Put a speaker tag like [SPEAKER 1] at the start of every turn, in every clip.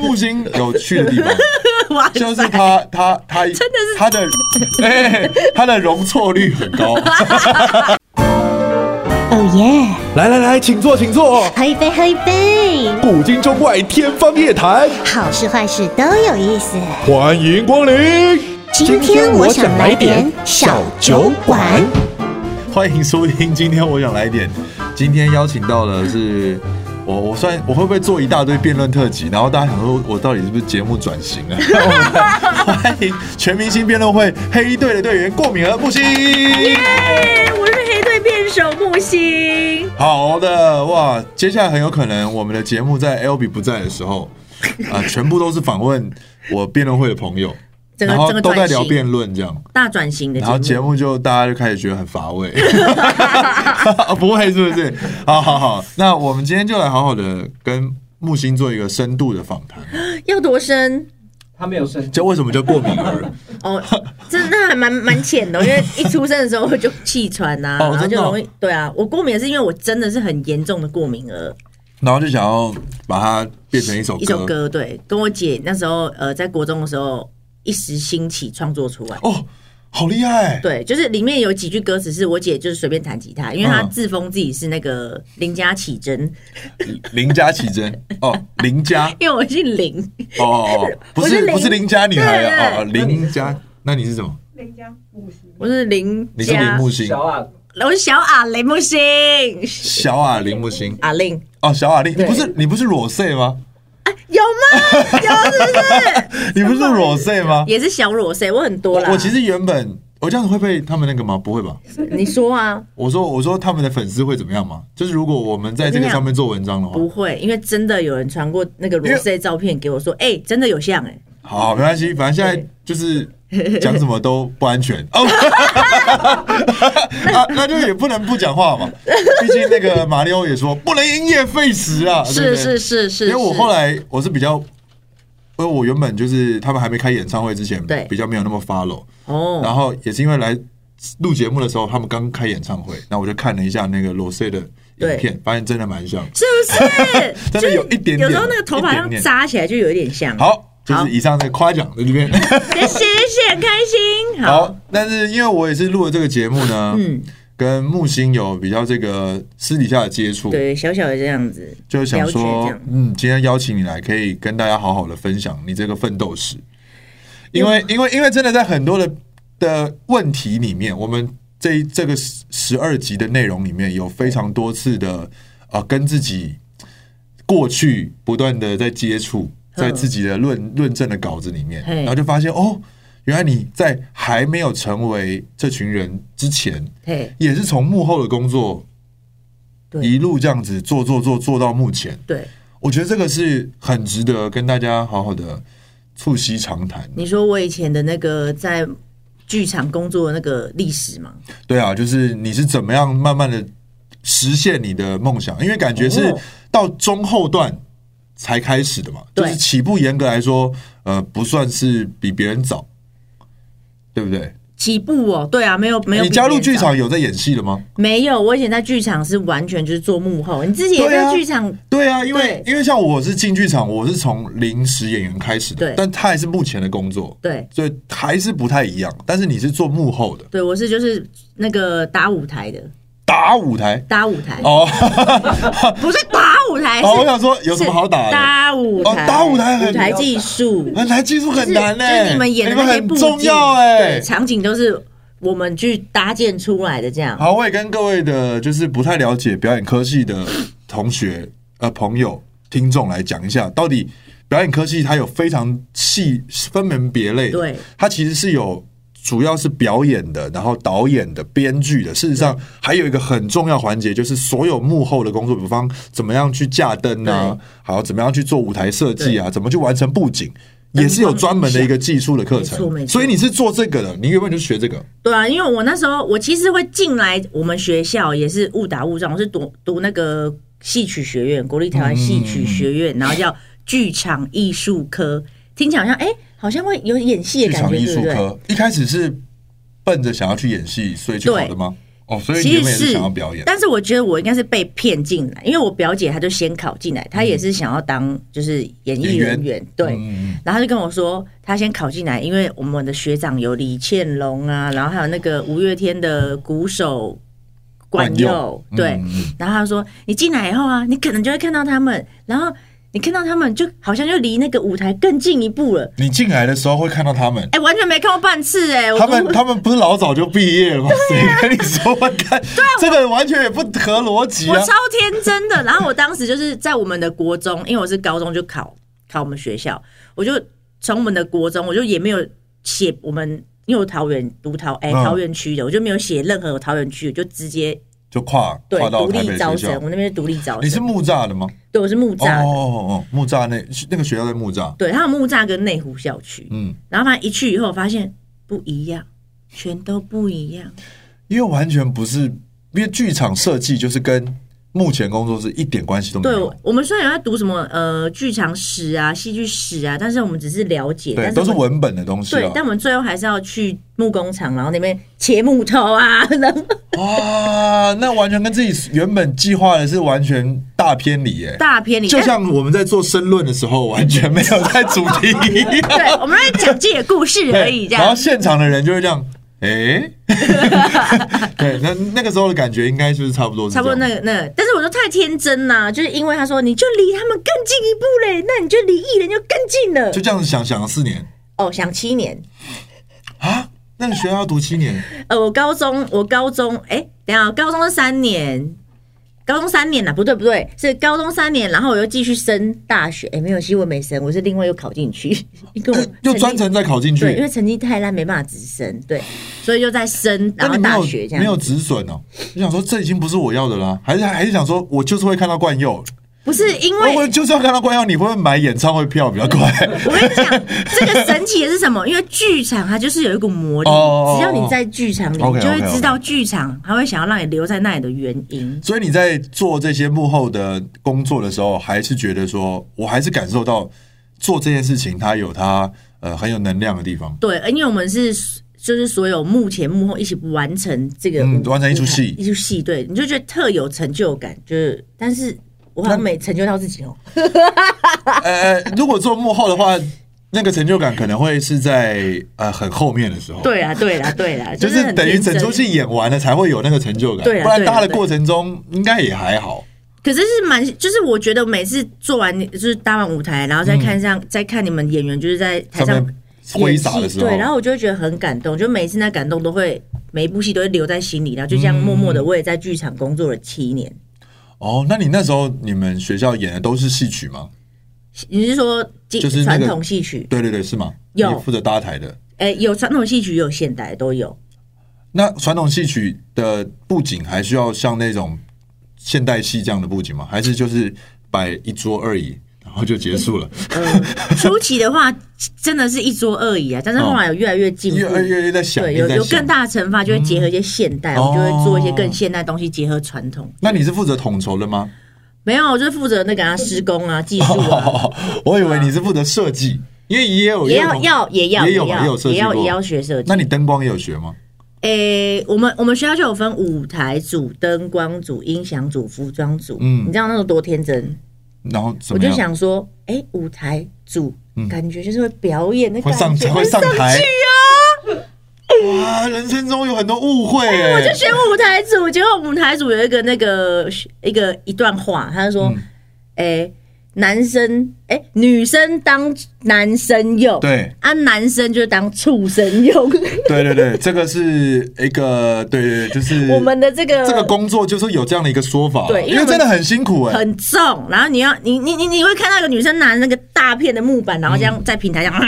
[SPEAKER 1] 木星有趣的地方。
[SPEAKER 2] 哇塞，
[SPEAKER 1] 就是它，它，它真的
[SPEAKER 2] 是
[SPEAKER 1] 它的，哎、它的容错率很高。
[SPEAKER 3] 哦耶！
[SPEAKER 4] 来来来，请坐，请坐。
[SPEAKER 3] 喝一杯，喝一杯，
[SPEAKER 4] 古今中外，天方夜谭，
[SPEAKER 3] 好事坏事都有意思。
[SPEAKER 4] 欢迎光临。
[SPEAKER 3] 今天我想来点小酒馆。
[SPEAKER 1] 欢迎收听，今天我想来点，今天邀请到的是我，我算我会不会做一大堆辩论特辑，然后大家想说我到底是不是节目转型了？让我们来欢迎全明星辩论会黑队的队员过敏和木星。
[SPEAKER 2] 耶！
[SPEAKER 3] 哎
[SPEAKER 2] 我是黑队辩手木星，
[SPEAKER 1] 好的，哇，接下来很有可能我们的节目在 L B 不在的时候，啊、全部都是访问我辩论会的朋友，
[SPEAKER 2] 整个
[SPEAKER 1] 然后
[SPEAKER 2] 整个
[SPEAKER 1] 都在
[SPEAKER 2] 转
[SPEAKER 1] 聊
[SPEAKER 2] 型
[SPEAKER 1] 辩论这样。
[SPEAKER 2] 大转型的
[SPEAKER 1] 然后
[SPEAKER 3] 啊
[SPEAKER 1] 节
[SPEAKER 2] 节目。
[SPEAKER 1] 目就大家就开始觉得很乏味， 不会是不是？好好好，那我们今天就来好好的跟木星做一个深度的访谈，
[SPEAKER 2] 要多深？
[SPEAKER 5] 他没有生，
[SPEAKER 1] 就为什么叫过敏儿？
[SPEAKER 2] 哦，真的还蛮蛮浅的，因为一出生的时候我就气喘呐、
[SPEAKER 1] 哦
[SPEAKER 2] 然后
[SPEAKER 1] 真的
[SPEAKER 2] 就
[SPEAKER 1] 哦
[SPEAKER 2] 容易对啊，我过敏也是因为我真的是很严重的过敏儿，
[SPEAKER 1] 然后就想要把它变成一首歌，
[SPEAKER 2] 一首歌对，跟我姐那时候呃在国中的时候一时兴起创作出来，
[SPEAKER 1] 哦，好厉害！
[SPEAKER 2] 对，就是里面有几句歌词是我姐就是随便弹吉他，因为她
[SPEAKER 1] 嗯
[SPEAKER 2] 自封自己是那个邻家起真，
[SPEAKER 1] 林家起真哦，林家
[SPEAKER 2] 因为我姓林，
[SPEAKER 1] 哦哦，哦，不
[SPEAKER 2] 我是
[SPEAKER 1] 是
[SPEAKER 2] 林
[SPEAKER 1] 不是林家女孩啊，
[SPEAKER 2] 对
[SPEAKER 1] 哦，林家，那你是什么？
[SPEAKER 2] 我是林
[SPEAKER 1] 你是林
[SPEAKER 2] 家，
[SPEAKER 1] 木星，
[SPEAKER 5] 小啊，
[SPEAKER 2] 我是小阿雷木星，
[SPEAKER 1] 小雅林木星
[SPEAKER 2] 阿令
[SPEAKER 1] 哦，小雅林，你
[SPEAKER 2] 对
[SPEAKER 1] 不是你不是裸睡吗？
[SPEAKER 2] 有吗？有是 不是？
[SPEAKER 1] 你不是裸睡吗？
[SPEAKER 2] 也是小裸谁，我很多啦。
[SPEAKER 1] 我我其实原本我这样子会被他们那个吗？不会吧？
[SPEAKER 2] 你说啊，
[SPEAKER 1] 我说我说他们的粉丝会怎么样吗？就是如果我们在这个上面做文章的话，
[SPEAKER 2] 不会，因为真的有人传过那个裸睡照片给我，说，哎、真的有像哎、
[SPEAKER 1] 好，没关系，反正现在就是讲什么都不安全 哦。 啊，那就也不能不讲话嘛，毕竟那个马里奥也说不能因噎废食啊，对不对
[SPEAKER 2] 是是是是，
[SPEAKER 1] 因为我
[SPEAKER 2] 是
[SPEAKER 1] 后来我是比较，因为我原本就是他们还没开演唱会之前，
[SPEAKER 2] 对
[SPEAKER 1] 比较没有那么 follow，然
[SPEAKER 2] 哦，
[SPEAKER 1] 后也是因为来录节目的时候，他们刚开演唱会，然后我就看了一下那个罗穗的影片，发现真的蛮像。
[SPEAKER 2] 是不是？
[SPEAKER 1] 真的有一点点
[SPEAKER 2] 有时候那个头发
[SPEAKER 1] 一点
[SPEAKER 2] 上
[SPEAKER 1] 点
[SPEAKER 2] 扎起来就有一点像。，
[SPEAKER 1] 好，就
[SPEAKER 2] 好
[SPEAKER 1] 是以上这个夸奖在这 边。
[SPEAKER 2] 谢谢，很开 心。好，
[SPEAKER 1] 好，但是因为我也是录了这个节目呢，
[SPEAKER 2] 嗯，
[SPEAKER 1] 跟木星有比较这个私底下的接触，
[SPEAKER 2] 对，小小的这样子，
[SPEAKER 1] 就想
[SPEAKER 2] 了解这
[SPEAKER 1] 说
[SPEAKER 2] 样，
[SPEAKER 1] 嗯，今天邀请你来，可以跟大家好好的分享你这个奋斗史，因为因为因为真的在很多的的问题里面，我们这一这个十十二集的内容里面有非常多次的呃跟自己过去不断的在接触，在自己的论论证的稿子里面，
[SPEAKER 2] 嗯嘿
[SPEAKER 1] 然后就发现哦，原来你在还没有成为这群人之前，
[SPEAKER 2] 嘿，
[SPEAKER 1] 也是从幕后的工作
[SPEAKER 2] 对
[SPEAKER 1] 一路这样子做做做做到目前。
[SPEAKER 2] 对，
[SPEAKER 1] 我觉得这个是很值得跟大家好好的促膝长谈。
[SPEAKER 2] 你说我以前的那个在剧场工作的那个历史嘛，
[SPEAKER 1] 对啊，就是你是怎么样慢慢的实现你的梦想，因为感觉是
[SPEAKER 2] 哦
[SPEAKER 1] 到中后段才开始的嘛，就
[SPEAKER 2] 对
[SPEAKER 1] 是起步严格来说，呃，不算是比别人早，对不对？哎
[SPEAKER 2] 起步哦，对啊，没有没有。
[SPEAKER 1] 你加入剧场有在演戏了吗？
[SPEAKER 2] 没有？我以前在剧场是完全就是做幕后，你自己也
[SPEAKER 1] 对啊
[SPEAKER 2] 在剧场，
[SPEAKER 1] 对啊，因为
[SPEAKER 2] 对
[SPEAKER 1] 因为像我是进剧场，我是从临时演员开始的
[SPEAKER 2] 对，
[SPEAKER 1] 但他还是目前的工作，
[SPEAKER 2] 对
[SPEAKER 1] 所以还是不太一样。但是你是做幕后的，
[SPEAKER 2] 对，我是就是那个打舞台的，
[SPEAKER 1] 打舞台
[SPEAKER 2] 打舞台，
[SPEAKER 1] 哦。
[SPEAKER 2] 不是打 舞台，
[SPEAKER 1] 哦，我
[SPEAKER 2] 哎是
[SPEAKER 1] 想说有什么好打
[SPEAKER 2] 是
[SPEAKER 1] 的？
[SPEAKER 2] 搭舞
[SPEAKER 1] 哦
[SPEAKER 2] 台，
[SPEAKER 1] 搭舞台很
[SPEAKER 2] 舞台技术，
[SPEAKER 1] 那台技术很难呢、欸
[SPEAKER 2] 就是就是你们演的那些
[SPEAKER 1] 很
[SPEAKER 2] 布
[SPEAKER 1] 重
[SPEAKER 2] 景
[SPEAKER 1] 要哎、
[SPEAKER 2] 对，场景都是我们去搭建出来的，这样。
[SPEAKER 1] 好，我也跟各位的，就是不太了解表演科系的同学、 呃朋友、听众来讲一下，到底表演科系它有非常细分门别类，
[SPEAKER 2] 对，
[SPEAKER 1] 它其实是有。主要是表演的，然后导演的、编剧的。事实上，还有一个很重要环节，就是所有幕后的工作，比方怎么样去架灯啊，好，怎么样去做舞台设计啊，怎么去完成布景，也是有专门的一个技术的课
[SPEAKER 2] 没错没
[SPEAKER 1] 程。
[SPEAKER 2] 错
[SPEAKER 1] 所以你是做这个的，你原本就学这个。
[SPEAKER 2] 对啊，因为我那时候我其实会进来我们学校也是误打误撞，我是读读那个戏曲学院，国立台湾戏
[SPEAKER 1] 嗯
[SPEAKER 2] 曲学院，然后叫剧场艺术科，听起来好像哎、好像会有演戏
[SPEAKER 1] 剧
[SPEAKER 2] 的感
[SPEAKER 1] 场
[SPEAKER 2] 觉，
[SPEAKER 1] 艺
[SPEAKER 2] 对
[SPEAKER 1] 术
[SPEAKER 2] 不对？
[SPEAKER 1] 科一开始是奔着想要去演戏，所以去考的吗？哦，所以你
[SPEAKER 2] 其
[SPEAKER 1] 原
[SPEAKER 2] 实
[SPEAKER 1] 本也
[SPEAKER 2] 是
[SPEAKER 1] 想要表演，
[SPEAKER 2] 但是我觉得我应该是被骗进来，因为我表姐她就先考进来，她也是想要当就是演艺
[SPEAKER 1] 嗯
[SPEAKER 2] 人
[SPEAKER 1] 演
[SPEAKER 2] 员，对。
[SPEAKER 1] 嗯，
[SPEAKER 2] 然后她就跟我说，她先考进来，因为我们的学长有李倩龙啊，然后还有那个五月天的鼓手管
[SPEAKER 1] 管
[SPEAKER 2] 佑
[SPEAKER 1] 佑，
[SPEAKER 2] 对。
[SPEAKER 1] 嗯嗯
[SPEAKER 2] 然后她说，你进来以后啊，你可能就会看到他们，然后你看到他们就好像就离那个舞台更进一步了。
[SPEAKER 1] 你进来的时候会看到他们。
[SPEAKER 2] 哎、完全没看过半次哎、我
[SPEAKER 1] 他 们他们不是老早就毕业了吗？谁
[SPEAKER 2] 啊
[SPEAKER 1] 跟你说会看？这个完全也不合逻辑
[SPEAKER 2] 我
[SPEAKER 1] 啊！
[SPEAKER 2] 超天真的。然后我当时就是在我们的国中，因为我是高中就考考我们学校，我就从我们的国中，我就也没有写我们，因为我桃园读桃哎、
[SPEAKER 1] 嗯
[SPEAKER 2] 桃园区的，我就没有写任何桃园区，我就直接
[SPEAKER 1] 就跨
[SPEAKER 2] 对
[SPEAKER 1] 跨到
[SPEAKER 2] 独
[SPEAKER 1] 台
[SPEAKER 2] 立
[SPEAKER 1] 北
[SPEAKER 2] 招
[SPEAKER 1] 学
[SPEAKER 2] 生，
[SPEAKER 1] 校
[SPEAKER 2] 我，们那边是独立招
[SPEAKER 1] 你是
[SPEAKER 2] 生，
[SPEAKER 1] 木栅的吗？
[SPEAKER 2] 对，我是木
[SPEAKER 1] 哦
[SPEAKER 2] 栅
[SPEAKER 1] 哦
[SPEAKER 2] 的。
[SPEAKER 1] 哦哦，木栅那那个学校在木栅，
[SPEAKER 2] 对，他有木栅跟内湖校区，
[SPEAKER 1] 嗯，
[SPEAKER 2] 然后反正一去以后发现不一样，全都不一样。
[SPEAKER 1] 嗯因为完全不是，因为剧场设计就是跟目前工作是一点关系都没
[SPEAKER 2] 对
[SPEAKER 1] 有，，
[SPEAKER 2] 我们虽然有在读什么呃剧场史啊、戏剧史啊，但是我们只是了解，但
[SPEAKER 1] 对，
[SPEAKER 2] 是
[SPEAKER 1] 都是
[SPEAKER 2] 我们
[SPEAKER 1] 文本的东西
[SPEAKER 2] 对
[SPEAKER 1] 啊，。
[SPEAKER 2] 但我们最后还是要去木工厂，然后那边切木头啊，然后
[SPEAKER 1] 哇，那完全跟自己原本计划的是完全大偏离耶。
[SPEAKER 2] 大片里
[SPEAKER 1] 就像我们在做申论的时候，完全没有在主题一样。
[SPEAKER 2] 但对，我们在讲自己的故事而已，
[SPEAKER 1] 对，
[SPEAKER 2] 这
[SPEAKER 1] 然后
[SPEAKER 2] 样。
[SPEAKER 1] 现场的人就会这样， 诶，对，那那个时候的感觉应该就是差不多是这
[SPEAKER 2] 差
[SPEAKER 1] 样，
[SPEAKER 2] 不多那个那个，但是我就太天真啦、就是因为他说你就离他们更进一步嘞，那你就离艺人就更近了
[SPEAKER 1] 就。这样想想了四年
[SPEAKER 2] 哦，想七年，
[SPEAKER 1] 啊，那个学校要读 七年，
[SPEAKER 2] 呃，我高中我高中哎、等一下高中是三年，高中三年呐、不对不对，是高中三年，然后我又继续升大学，哎、没有，其实我没升，我是另外又考进去， 一共
[SPEAKER 1] 又专程再考进
[SPEAKER 2] 对，因为
[SPEAKER 1] 去，
[SPEAKER 2] 成绩太烂，没办法直升，对，所以就在升，
[SPEAKER 1] 那
[SPEAKER 2] 然后
[SPEAKER 1] 你没
[SPEAKER 2] 大
[SPEAKER 1] 有
[SPEAKER 2] 学这
[SPEAKER 1] 没有
[SPEAKER 2] 样。
[SPEAKER 1] 止损哦，你想说这已经不是我要的啦，还是还是想说我就是会看到冠佑，
[SPEAKER 2] 不是因
[SPEAKER 1] 我
[SPEAKER 2] 为
[SPEAKER 1] 我就是要看到冠佑，你会不会买演唱会票比较快？
[SPEAKER 2] 我跟你讲，这个神奇的是什么？因为剧场它就是有一股魔力，
[SPEAKER 1] 哦哦哦
[SPEAKER 2] 只要你在剧场里，你
[SPEAKER 1] OK，OK，OK
[SPEAKER 2] 就会知道剧场它会想要让你留在那里的原因。
[SPEAKER 1] 所以你在做这些幕后的工作的时候，还是觉得说，我还是感受到做这件事情，它有它呃很有能量的地方。
[SPEAKER 2] 对，因为我们是就是所有幕前幕后一起完成这个舞、
[SPEAKER 1] 嗯完成一出
[SPEAKER 2] 舞台
[SPEAKER 1] 戏
[SPEAKER 2] 一出戏，对，你就觉得特有成就感，就是，但是我好像没成就到自己哦。啊
[SPEAKER 1] 呃，如果做幕后的话，那个成就感可能会是在呃很后面的时候，，
[SPEAKER 2] 对啦，啊对啦，对啦，
[SPEAKER 1] 就是是
[SPEAKER 2] 很
[SPEAKER 1] 等于
[SPEAKER 2] 天
[SPEAKER 1] 整
[SPEAKER 2] 真
[SPEAKER 1] 出戏演完了才会有那个成就感，
[SPEAKER 2] 对啊
[SPEAKER 1] 不然
[SPEAKER 2] 对啊
[SPEAKER 1] 搭的
[SPEAKER 2] 对啊
[SPEAKER 1] 过程中应该也还好。
[SPEAKER 2] 可是是蛮，就是我觉得每次做完就是搭完舞台，然后再看上、再看你们演员就是在台上
[SPEAKER 1] 嗯上面挥洒的时候，
[SPEAKER 2] 对，然后我就会觉得很感动，就每次那感动都会每一部戏都会留在心里，然后就这样默默的我也在剧场工作了七年。
[SPEAKER 1] 哦，那你那时候你们学校演的都是戏曲吗？
[SPEAKER 2] 你是说进
[SPEAKER 1] 就是那
[SPEAKER 2] 传
[SPEAKER 1] 个
[SPEAKER 2] 统戏曲？
[SPEAKER 1] 对对对，是吗？
[SPEAKER 2] 有
[SPEAKER 1] 你负责搭台的。
[SPEAKER 2] 哎、有传统戏曲，也有现代都有。
[SPEAKER 1] 那传统戏曲的布景还需要像那种现代戏这样的布景吗？还是就是摆一桌二椅，然后就结束了？
[SPEAKER 2] 呃，初期的话真的是一桌二椅啊，但是后来有越来越进步。
[SPEAKER 1] 哦越越越在想，
[SPEAKER 2] 嗯对，
[SPEAKER 1] 越
[SPEAKER 2] 有
[SPEAKER 1] 在
[SPEAKER 2] 有
[SPEAKER 1] 想
[SPEAKER 2] 更。大的惩罚，就会结合一些现代，我们就会做一
[SPEAKER 1] 哦
[SPEAKER 2] 些更现代的东西，结合传统。
[SPEAKER 1] 那你是负责统筹的吗？
[SPEAKER 2] 没有，我就负责那个、啊、施 工啊、技术啊，
[SPEAKER 1] 哦，我以为你是负责设计，因为也有
[SPEAKER 2] 也要
[SPEAKER 1] 有
[SPEAKER 2] 要也要
[SPEAKER 1] 也有
[SPEAKER 2] 要
[SPEAKER 1] 也有设计
[SPEAKER 2] 也要
[SPEAKER 1] 过
[SPEAKER 2] 也要学设计。
[SPEAKER 1] 那你灯光也有学吗？
[SPEAKER 2] 诶、我们我们学校就有分舞台组、灯光组、音响组、服装组。
[SPEAKER 1] 嗯
[SPEAKER 2] 你知道那时候多天真，
[SPEAKER 1] 然后怎么
[SPEAKER 2] 我就
[SPEAKER 1] 样？嗯
[SPEAKER 2] 想说，诶、舞台组、感觉就是会表演的
[SPEAKER 1] 会
[SPEAKER 2] 感觉，
[SPEAKER 1] 上台会上台
[SPEAKER 2] 啊
[SPEAKER 1] 哇，人生中有很多误会欸、
[SPEAKER 2] 哎我就选舞台组，结果舞台组有一个那个一个一段话，他就说：“
[SPEAKER 1] 嗯
[SPEAKER 2] 诶、男生诶、女生当男生用，
[SPEAKER 1] 对
[SPEAKER 2] 啊，男生就当畜生用。
[SPEAKER 1] 对对对，这个是一个对对对，就是
[SPEAKER 2] 我们的这个
[SPEAKER 1] 这个工作就是有这样的一个说法，
[SPEAKER 2] 对因为
[SPEAKER 1] 因
[SPEAKER 2] 我
[SPEAKER 1] 为真
[SPEAKER 2] 们
[SPEAKER 1] 的很辛苦哎、
[SPEAKER 2] 很重，然后你要你你你你会看到一个女生拿那个大片的木板，然后这
[SPEAKER 1] 嗯
[SPEAKER 2] 样在平台上、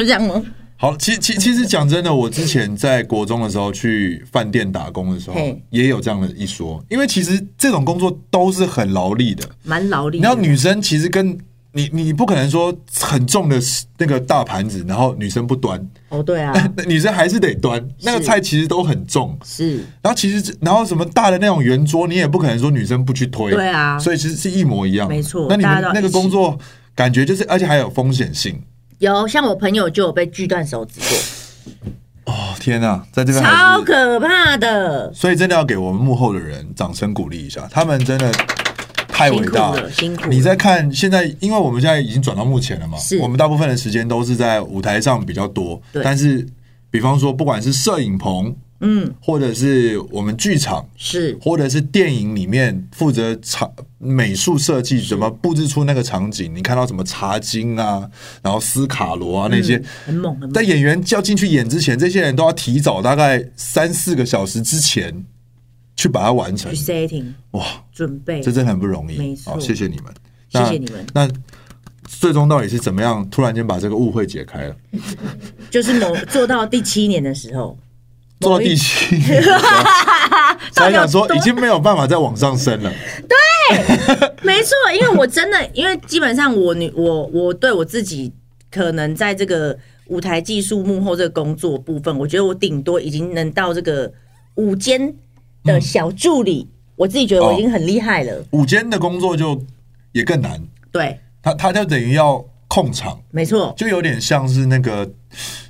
[SPEAKER 2] 这样吗？
[SPEAKER 1] 好，其其其实讲真的，我之前在国中的时候去饭店打工的时候
[SPEAKER 2] 嘿，
[SPEAKER 1] 也有这样的一说，因为其实这种工作都是很劳力的。
[SPEAKER 2] 蛮劳力
[SPEAKER 1] 你
[SPEAKER 2] 的。
[SPEAKER 1] 知道女生其实跟你你不可能说很重的那个大盘子，然后女生不端，
[SPEAKER 2] 哦，对啊，
[SPEAKER 1] 女生还是得端，那个
[SPEAKER 2] 是
[SPEAKER 1] 菜其实都很重。
[SPEAKER 2] 是
[SPEAKER 1] 然后其实这，然后什么大的那种圆桌，你也不可能说女生不去推，
[SPEAKER 2] 对啊
[SPEAKER 1] 所以其实是一模一样的，
[SPEAKER 2] 没错
[SPEAKER 1] 那你
[SPEAKER 2] 大家
[SPEAKER 1] 们
[SPEAKER 2] 都要
[SPEAKER 1] 那
[SPEAKER 2] 一
[SPEAKER 1] 个
[SPEAKER 2] 起
[SPEAKER 1] 工作感觉就是，而且还有风险性，
[SPEAKER 2] 有像我朋友就有被锯断手指过，
[SPEAKER 1] 哦，天哪，在这边还是
[SPEAKER 2] 超可怕的，
[SPEAKER 1] 所以真的要给我们幕后的人掌声鼓励一下，他们真的太伟大
[SPEAKER 2] 辛苦了辛苦了
[SPEAKER 1] 你在看现在，因为我们现在已经转到幕前了嘛
[SPEAKER 2] 是，
[SPEAKER 1] 我们大部分的时间都是在舞台上比较多
[SPEAKER 2] 对。
[SPEAKER 1] 但是，比方说，不管是摄影棚，
[SPEAKER 2] 嗯，
[SPEAKER 1] 或者是我们剧场，
[SPEAKER 2] 是
[SPEAKER 1] 或者是电影里面负责场美术设计，怎么布置出那个场景？你看到什么茶经啊，然后斯卡罗啊那些，
[SPEAKER 2] 嗯很猛很
[SPEAKER 1] 在
[SPEAKER 2] 猛，
[SPEAKER 1] 演员要进去演之前，这些人都要提早大概三四个小时之前去把它完成
[SPEAKER 2] 去。setting
[SPEAKER 1] 哇，
[SPEAKER 2] 准备，
[SPEAKER 1] 这真的很不容易。
[SPEAKER 2] 没错
[SPEAKER 1] 好谢谢你们，
[SPEAKER 2] 谢谢你们
[SPEAKER 1] 那。那最终到底是怎么样？突然间把这个误会解开了，
[SPEAKER 2] 就是某做到第七年的时候，
[SPEAKER 1] 做到
[SPEAKER 2] 某一
[SPEAKER 1] 第 七年的时候，才想说已经没有办法再往上升了。
[SPEAKER 2] 没错，因为我真的，因为基本上我女我我对我自己可能在这个舞台技术幕后这个工作部分，我觉得我顶多已经能到这个午间的小助理，我自己觉得我已经很厉害了。
[SPEAKER 1] 午间的工作就也更难，
[SPEAKER 2] 对，
[SPEAKER 1] 他他就等于要控场，
[SPEAKER 2] 没错，
[SPEAKER 1] 就有点像是那个，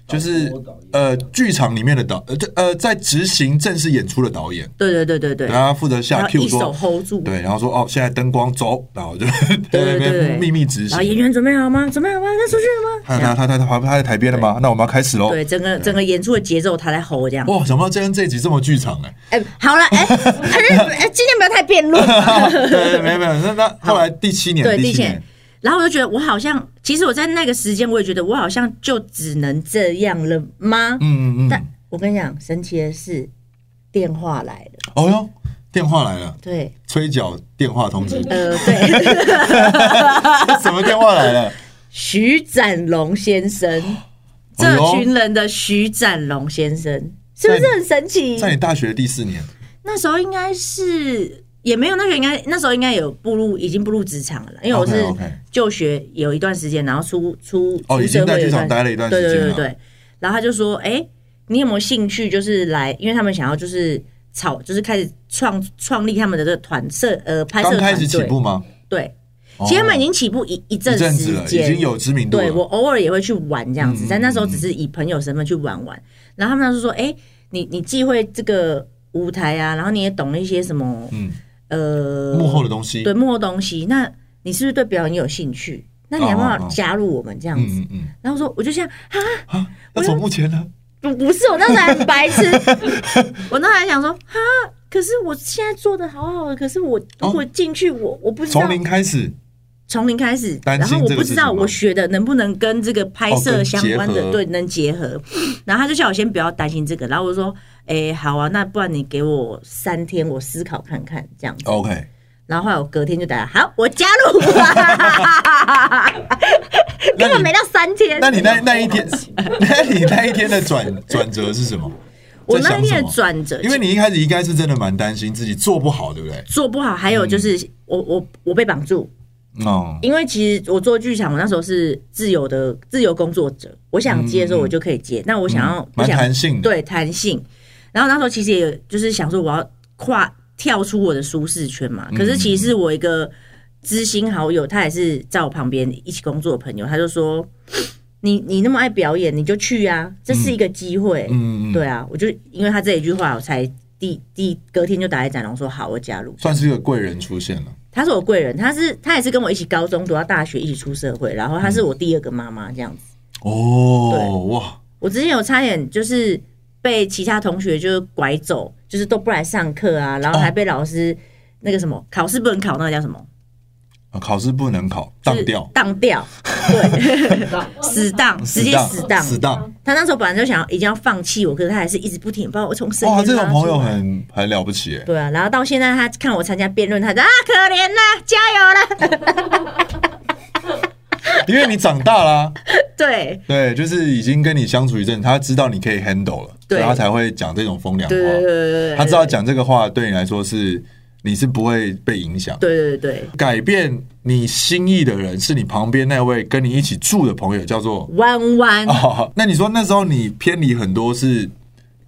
[SPEAKER 1] 就是呃，剧场里面的导，呃，就呃，在执行正式演出的导演，
[SPEAKER 2] 对对对对对，
[SPEAKER 1] 然后他负责下
[SPEAKER 2] 然后
[SPEAKER 1] Q
[SPEAKER 2] 一手
[SPEAKER 1] 说，
[SPEAKER 2] hold 住，
[SPEAKER 1] 对，然后说哦，现在灯光走，然后就在那
[SPEAKER 2] 对对对，
[SPEAKER 1] 边秘密执
[SPEAKER 2] 然后演
[SPEAKER 1] 行。
[SPEAKER 2] 员准备好吗？准备好吗？他出去了吗？
[SPEAKER 1] 他他他他他他在台边了吗？那我们要开始喽。
[SPEAKER 2] 对，整个整个演出的节奏他在吼这样。
[SPEAKER 1] 哇，想不到今天这一集这么剧场哎！
[SPEAKER 2] 哎、好了，哎、 可是哎，今天不要太辩论。
[SPEAKER 1] 对对，没有没有，那那后来第七年，
[SPEAKER 2] 对
[SPEAKER 1] 第
[SPEAKER 2] 地
[SPEAKER 1] 七
[SPEAKER 2] 铁
[SPEAKER 1] 年，。
[SPEAKER 2] 然后我就觉得我好像，其实我在那个时间，我也觉得我好像就只能这样了吗？
[SPEAKER 1] 嗯嗯
[SPEAKER 2] 但
[SPEAKER 1] 嗯，
[SPEAKER 2] 我跟你讲，神奇的是，电话来了，
[SPEAKER 1] 哦哟，电话来了，
[SPEAKER 2] 对，
[SPEAKER 1] 催缴电话通知，
[SPEAKER 2] 呃，对，
[SPEAKER 1] 什么电话来了？
[SPEAKER 2] 徐展龙先生，
[SPEAKER 1] 哎
[SPEAKER 2] 这
[SPEAKER 1] 呦
[SPEAKER 2] 群人的徐展龙先生，是不是
[SPEAKER 1] 在你
[SPEAKER 2] 很神奇？
[SPEAKER 1] 在你大学的第四年，
[SPEAKER 2] 那时候应该是也没有，那时候应该那时候应该有步入已经步入职场了啦，因为我是
[SPEAKER 1] OK，OK
[SPEAKER 2] 就学有一段时间，然后出出
[SPEAKER 1] 哦
[SPEAKER 2] 出
[SPEAKER 1] 已经
[SPEAKER 2] 社会
[SPEAKER 1] 在
[SPEAKER 2] 有
[SPEAKER 1] 剧场待了一段时间
[SPEAKER 2] 对对对
[SPEAKER 1] 了
[SPEAKER 2] 对。然后他就说：“哎、你有没有兴趣？就是来，因为他们想要就是草，就是开始创创立他们的这个团社呃拍摄
[SPEAKER 1] 刚
[SPEAKER 2] 团队。
[SPEAKER 1] 开始起步吗？
[SPEAKER 2] 对，
[SPEAKER 1] 哦
[SPEAKER 2] 其实他们已经起步一一阵
[SPEAKER 1] 一阵
[SPEAKER 2] 时
[SPEAKER 1] 子了，已
[SPEAKER 2] 间，
[SPEAKER 1] 经有知名度
[SPEAKER 2] 对我
[SPEAKER 1] 了。
[SPEAKER 2] 偶尔也会去玩这样子，
[SPEAKER 1] 嗯
[SPEAKER 2] 但那时候只是以朋友身份去玩玩。然后他们就说：“哎、你你既会这个舞台啊，然后你也懂一些什么
[SPEAKER 1] 嗯，
[SPEAKER 2] 呃
[SPEAKER 1] 幕后的东西。
[SPEAKER 2] 对幕后东西，那你是不是对表演有兴趣？那你要不要
[SPEAKER 1] 哦哦哦
[SPEAKER 2] 加入我们这样子？”
[SPEAKER 1] 嗯嗯嗯。
[SPEAKER 2] 然后说我就想啊，
[SPEAKER 1] 啊，那从目前呢？
[SPEAKER 2] 不不是，我那时候还很白痴， 我那时候还想说啊，可是我现在做的好好的，可是我
[SPEAKER 1] 哦
[SPEAKER 2] 如果进去，我我不知道
[SPEAKER 1] 从零开始，
[SPEAKER 2] 从零开始，
[SPEAKER 1] 担
[SPEAKER 2] 然
[SPEAKER 1] 心
[SPEAKER 2] 后我
[SPEAKER 1] 这
[SPEAKER 2] 不
[SPEAKER 1] 个
[SPEAKER 2] 知
[SPEAKER 1] 是
[SPEAKER 2] 道
[SPEAKER 1] 什么
[SPEAKER 2] 我学的能不能跟这个拍
[SPEAKER 1] 哦
[SPEAKER 2] 摄
[SPEAKER 1] 跟
[SPEAKER 2] 相关
[SPEAKER 1] 结
[SPEAKER 2] 的、
[SPEAKER 1] 合
[SPEAKER 2] 对能结合，然后他就叫我先不要担心这个，然后我就说，哎、好啊，那不然你给我三天，我思考看看这样子。
[SPEAKER 1] OK，
[SPEAKER 2] 然后后来我隔天就打，好，我加入，啊 根本没到三天。
[SPEAKER 1] 那你那那一 天，那你那一天的转转折是什么？嗯
[SPEAKER 2] 我
[SPEAKER 1] 在
[SPEAKER 2] 那
[SPEAKER 1] 想
[SPEAKER 2] 一天的
[SPEAKER 1] 什么
[SPEAKER 2] 转折，
[SPEAKER 1] 因为你一开始应该是真的蛮担心自己做不好，对不对？
[SPEAKER 2] 做不好，还有就是、我我我被绑住，
[SPEAKER 1] 哦，
[SPEAKER 2] 因为其实我做剧场，我那时候是自由的自由工作者，我想接的时候我就可以接，那我想要
[SPEAKER 1] 嗯
[SPEAKER 2] 不想
[SPEAKER 1] 蛮弹性的
[SPEAKER 2] 对弹性。然后那时候其实也有就是想说我要跨跳出我的舒适圈嘛，可是其实我一个知心好友，他也是在我旁边一起工作的朋友，他就说。你你那么爱表演，你就去啊，这是一个机会。
[SPEAKER 1] 嗯嗯嗯
[SPEAKER 2] 对啊，我就因为他这一句话，我才第第隔天就打给展龙说好，我加入。
[SPEAKER 1] 算是一个贵人出现了。
[SPEAKER 2] 他是我贵人，他是他也是跟我一起高中读到大学，一起出社会，然后他是我第二个妈妈这样子。
[SPEAKER 1] 哦，哇，
[SPEAKER 2] 我之前有差点就是被其他同学就是拐走，就是都不来上课啊，然后还被老师那个什么考试不能考，那个叫什么？
[SPEAKER 1] 啊考试不能考，
[SPEAKER 2] 就
[SPEAKER 1] 当
[SPEAKER 2] 是
[SPEAKER 1] 掉，
[SPEAKER 2] 当掉，对，死当，直接
[SPEAKER 1] 当
[SPEAKER 2] 死当。
[SPEAKER 1] 死当。
[SPEAKER 2] 他那时候本来就想要已经要放弃我，可是他还是一直不停把我从身边
[SPEAKER 1] 哇，这
[SPEAKER 2] 拉
[SPEAKER 1] 种
[SPEAKER 2] 出
[SPEAKER 1] 朋友
[SPEAKER 2] 来
[SPEAKER 1] 很很了不起哎。
[SPEAKER 2] 对啊，然后到现在他看我参加辩论，他说啊可怜啦，加油啦，
[SPEAKER 1] 因为你长大啦，
[SPEAKER 2] 对。
[SPEAKER 1] 对，就是已经跟你相处一阵，他知道你可以 handle 了，所
[SPEAKER 2] 对
[SPEAKER 1] 以他才会讲这种风凉
[SPEAKER 2] 对对
[SPEAKER 1] 话。
[SPEAKER 2] 对对对，
[SPEAKER 1] 他知道讲这个话对你来说是你是不会被影响。
[SPEAKER 2] 对对对对
[SPEAKER 1] 改变你心意的人是你旁边那位跟你一起住的朋友，叫做啊
[SPEAKER 2] 弯弯，
[SPEAKER 1] 哦。那你说那时候你偏离很多，是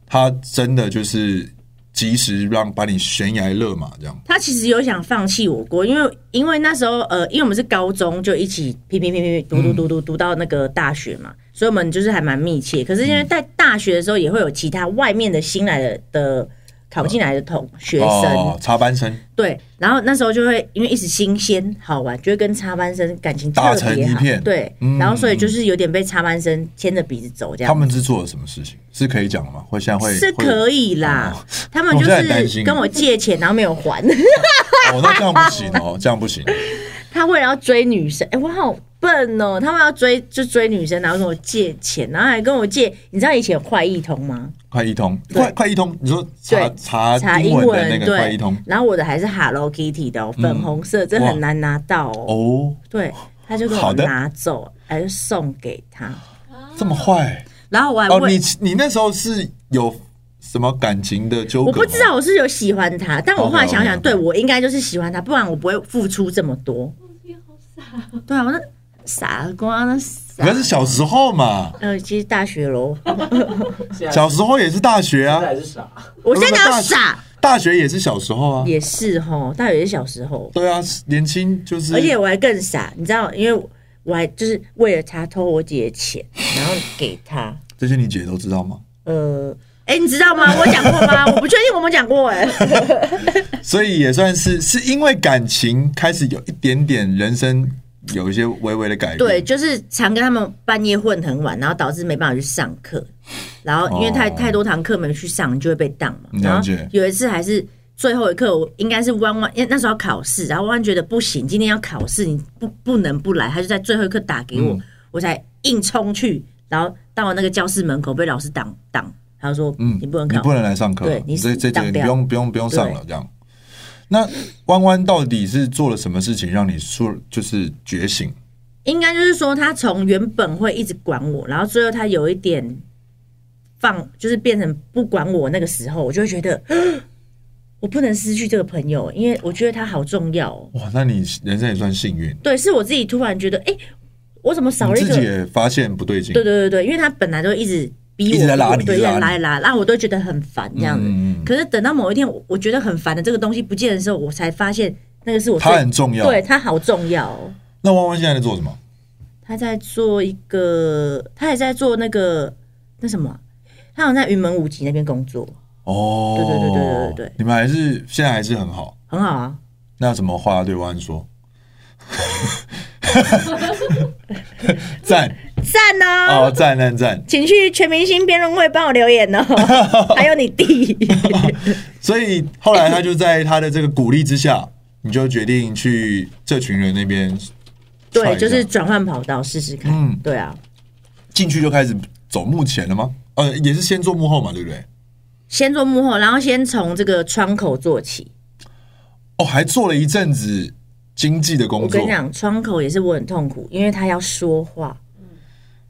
[SPEAKER 1] 他真的就是及时让把你悬崖勒马这样。
[SPEAKER 2] 他其实有想放弃我过，因为因为那时候呃，因为我们是高中就一起拼拼拼拼拼读读读读读到那个大学嘛，所以我们就是还蛮密切。可是因
[SPEAKER 1] 嗯
[SPEAKER 2] 为在大学的时候，也会有其他外面的新来的的考进来的同学生，
[SPEAKER 1] 哦，插班生
[SPEAKER 2] 对，然后那时候就会因为一时新鲜好玩，就会跟插班生感情特
[SPEAKER 1] 打成
[SPEAKER 2] 别
[SPEAKER 1] 一
[SPEAKER 2] 好，
[SPEAKER 1] 片嗯
[SPEAKER 2] 对，然后所以就是有点被插班生牵着鼻子走这
[SPEAKER 1] 他
[SPEAKER 2] 样。
[SPEAKER 1] 们是做了什么事情？是可以讲的吗？会现在会
[SPEAKER 2] 是
[SPEAKER 1] 会
[SPEAKER 2] 可以啦，他们
[SPEAKER 1] 哦我
[SPEAKER 2] 就
[SPEAKER 1] 现在很担心
[SPEAKER 2] 是跟我借钱，然后没有还。
[SPEAKER 1] 哦，那这样不行哦，这样不行。
[SPEAKER 2] 他为了要追女生，哎、我好笨哦！他们要追就追女生，然后跟我借钱，然后还跟我借。你知道以前有快易通吗？
[SPEAKER 1] 快一通，
[SPEAKER 2] 对
[SPEAKER 1] 快快一通，你说查
[SPEAKER 2] 对
[SPEAKER 1] 查
[SPEAKER 2] 查
[SPEAKER 1] 啊英
[SPEAKER 2] 英
[SPEAKER 1] 文的那个
[SPEAKER 2] 对，
[SPEAKER 1] 快一通
[SPEAKER 2] 然后我的还是 Hello Kitty 的、哦粉红色，这
[SPEAKER 1] 哇
[SPEAKER 2] 很难拿到哦。
[SPEAKER 1] 哦，
[SPEAKER 2] 对，他就跟
[SPEAKER 1] 好
[SPEAKER 2] 我
[SPEAKER 1] 的
[SPEAKER 2] 拿走，还就送给他。
[SPEAKER 1] 这么坏
[SPEAKER 2] 然后我还
[SPEAKER 1] 哦？
[SPEAKER 2] 问，
[SPEAKER 1] 你你那时候是有什么感情的纠葛？
[SPEAKER 2] 我不知。道我是有喜欢他，但我后来想想
[SPEAKER 1] OK，OK，OK
[SPEAKER 2] 对我应该就是喜欢他，不然我不会付出这么多。对啊，我那傻瓜，那傻
[SPEAKER 1] 可。是小时候嘛，
[SPEAKER 2] 呃，其实大学喽，
[SPEAKER 1] 哦小时候也是大学啊，
[SPEAKER 5] 还是傻，
[SPEAKER 2] 我现在
[SPEAKER 1] 大
[SPEAKER 2] 要傻。
[SPEAKER 1] 大学也是小时候啊。
[SPEAKER 2] 也是吼，大学是小时候，
[SPEAKER 1] 对啊，年轻就是。
[SPEAKER 2] 而且我还更傻，你知道，因为我还就是为了他偷我姐的钱，然后给他。
[SPEAKER 1] 这些你姐都知道吗？
[SPEAKER 2] 呃，哎、你知道吗？我讲过吗？我不确定我们讲过哎、
[SPEAKER 1] 所以也算是是因为感情开始有一点点人生有一些微微的改变。
[SPEAKER 2] 对，，就是常跟他们半夜混很晚，然后导致没办法去上课，然后因为太、
[SPEAKER 1] 哦
[SPEAKER 2] 太多堂课没去上，你就会被当嘛。然
[SPEAKER 1] 了
[SPEAKER 2] 后
[SPEAKER 1] 解
[SPEAKER 2] 有一次还是最后一刻，我应该是弯弯，因为那时候要考试，然后弯弯觉得不行，今天要考试，你不不能不来，他就在最后一刻打给
[SPEAKER 1] 嗯
[SPEAKER 2] 我，我才硬冲去，然后到了那个教室门口被老师挡挡，他说：“
[SPEAKER 1] 嗯，
[SPEAKER 2] 你不能
[SPEAKER 1] 你
[SPEAKER 2] 考。
[SPEAKER 1] 不能来上课，
[SPEAKER 2] 对你
[SPEAKER 1] 这
[SPEAKER 2] 是
[SPEAKER 1] 这节
[SPEAKER 2] 当
[SPEAKER 1] 你
[SPEAKER 2] 掉
[SPEAKER 1] 不用不用不用上了这样。那弯弯到底是做了什么事情让你说就是觉醒？
[SPEAKER 2] 应该就是说，他从原本会一直管我，然后最后他有一点放，就是变成不管我那个时候，我就会觉得 我不能失去这个朋友，因为我觉得他好重要、哦。
[SPEAKER 1] 哇，那你人生也算幸运，
[SPEAKER 2] 对，是我自己突然觉得，哎、我怎么少
[SPEAKER 1] 你
[SPEAKER 2] 了一
[SPEAKER 1] 自己
[SPEAKER 2] 个？
[SPEAKER 1] 也发现不对劲。
[SPEAKER 2] 对对对对，因为他本来就一直逼我，
[SPEAKER 1] 一直在拉你一
[SPEAKER 2] 对，一
[SPEAKER 1] 直拉你
[SPEAKER 2] 直拉一拉，然后我都觉得很烦这样子。
[SPEAKER 1] 嗯嗯嗯
[SPEAKER 2] 可是等到某一天，我我觉得很烦的这个东西不见的时候，我才发现那个是我最
[SPEAKER 1] 他很重要
[SPEAKER 2] 对他好重要、哦。
[SPEAKER 1] 那弯弯现在在做什么？
[SPEAKER 2] 他在做一个，他也在做那个那什么啊，他好像在云门舞集那边工作，
[SPEAKER 1] 哦，
[SPEAKER 2] 对对对对对对对
[SPEAKER 1] 你们还是现在还是很好。
[SPEAKER 2] 很好啊。
[SPEAKER 1] 那有什么话要对弯弯 说？赞
[SPEAKER 2] 赞哦！
[SPEAKER 1] 哦，赞赞赞！
[SPEAKER 2] 请去全明星辩论会帮我留言 哦，还有你弟，
[SPEAKER 1] 所以后来他就在他的这个鼓励之下，你就决定去这群人那边踹一
[SPEAKER 2] 对，
[SPEAKER 1] 下，
[SPEAKER 2] 就是转换跑道试试看。
[SPEAKER 1] 嗯
[SPEAKER 2] 对啊，
[SPEAKER 1] 进去就开始走幕前了吗？呃，也是先做幕后嘛，对不对？
[SPEAKER 2] 先做幕后，然后先从这个窗口做起。
[SPEAKER 1] 哦，还做了一阵子经济的工
[SPEAKER 2] 我
[SPEAKER 1] 作
[SPEAKER 2] 跟你。讲，窗口也是我很痛苦，因为他要说话，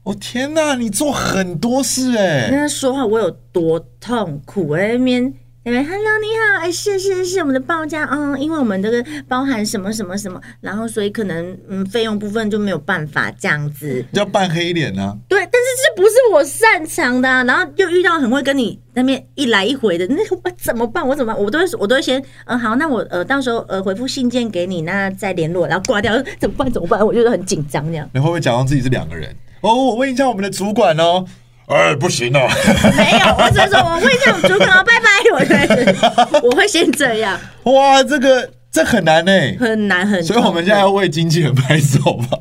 [SPEAKER 1] 哦天哪，你做很多事哎、
[SPEAKER 2] 那他说话我有多痛苦，我在那边。那边 Hello，你好，哎，是是是，我们的报价，嗯，因为我们这个包含什么什么什么，然后所以可能嗯费用部分就没有办法这样子，
[SPEAKER 1] 要扮黑脸啊呢、
[SPEAKER 2] 对，但是这不是我擅长的、啊，然后又遇到很会跟你那边一来一回的，那我怎么办？我怎么办？我都会我都会先，嗯、好，那我呃到时候呃回复信件给你，那再联络，然后挂掉，怎么办？怎么办？我就是很紧张这样。
[SPEAKER 1] 你会不会假装自己是两个人？哦，我问一下我们的主管哦。哎，不行哦，
[SPEAKER 2] 没有，我只是说我会这样主管哦，拜拜，我 觉得我会先这样，
[SPEAKER 1] 哇，这个这很难哎、
[SPEAKER 2] 很难很。
[SPEAKER 1] 所以我们现在要为经纪人拍手吧。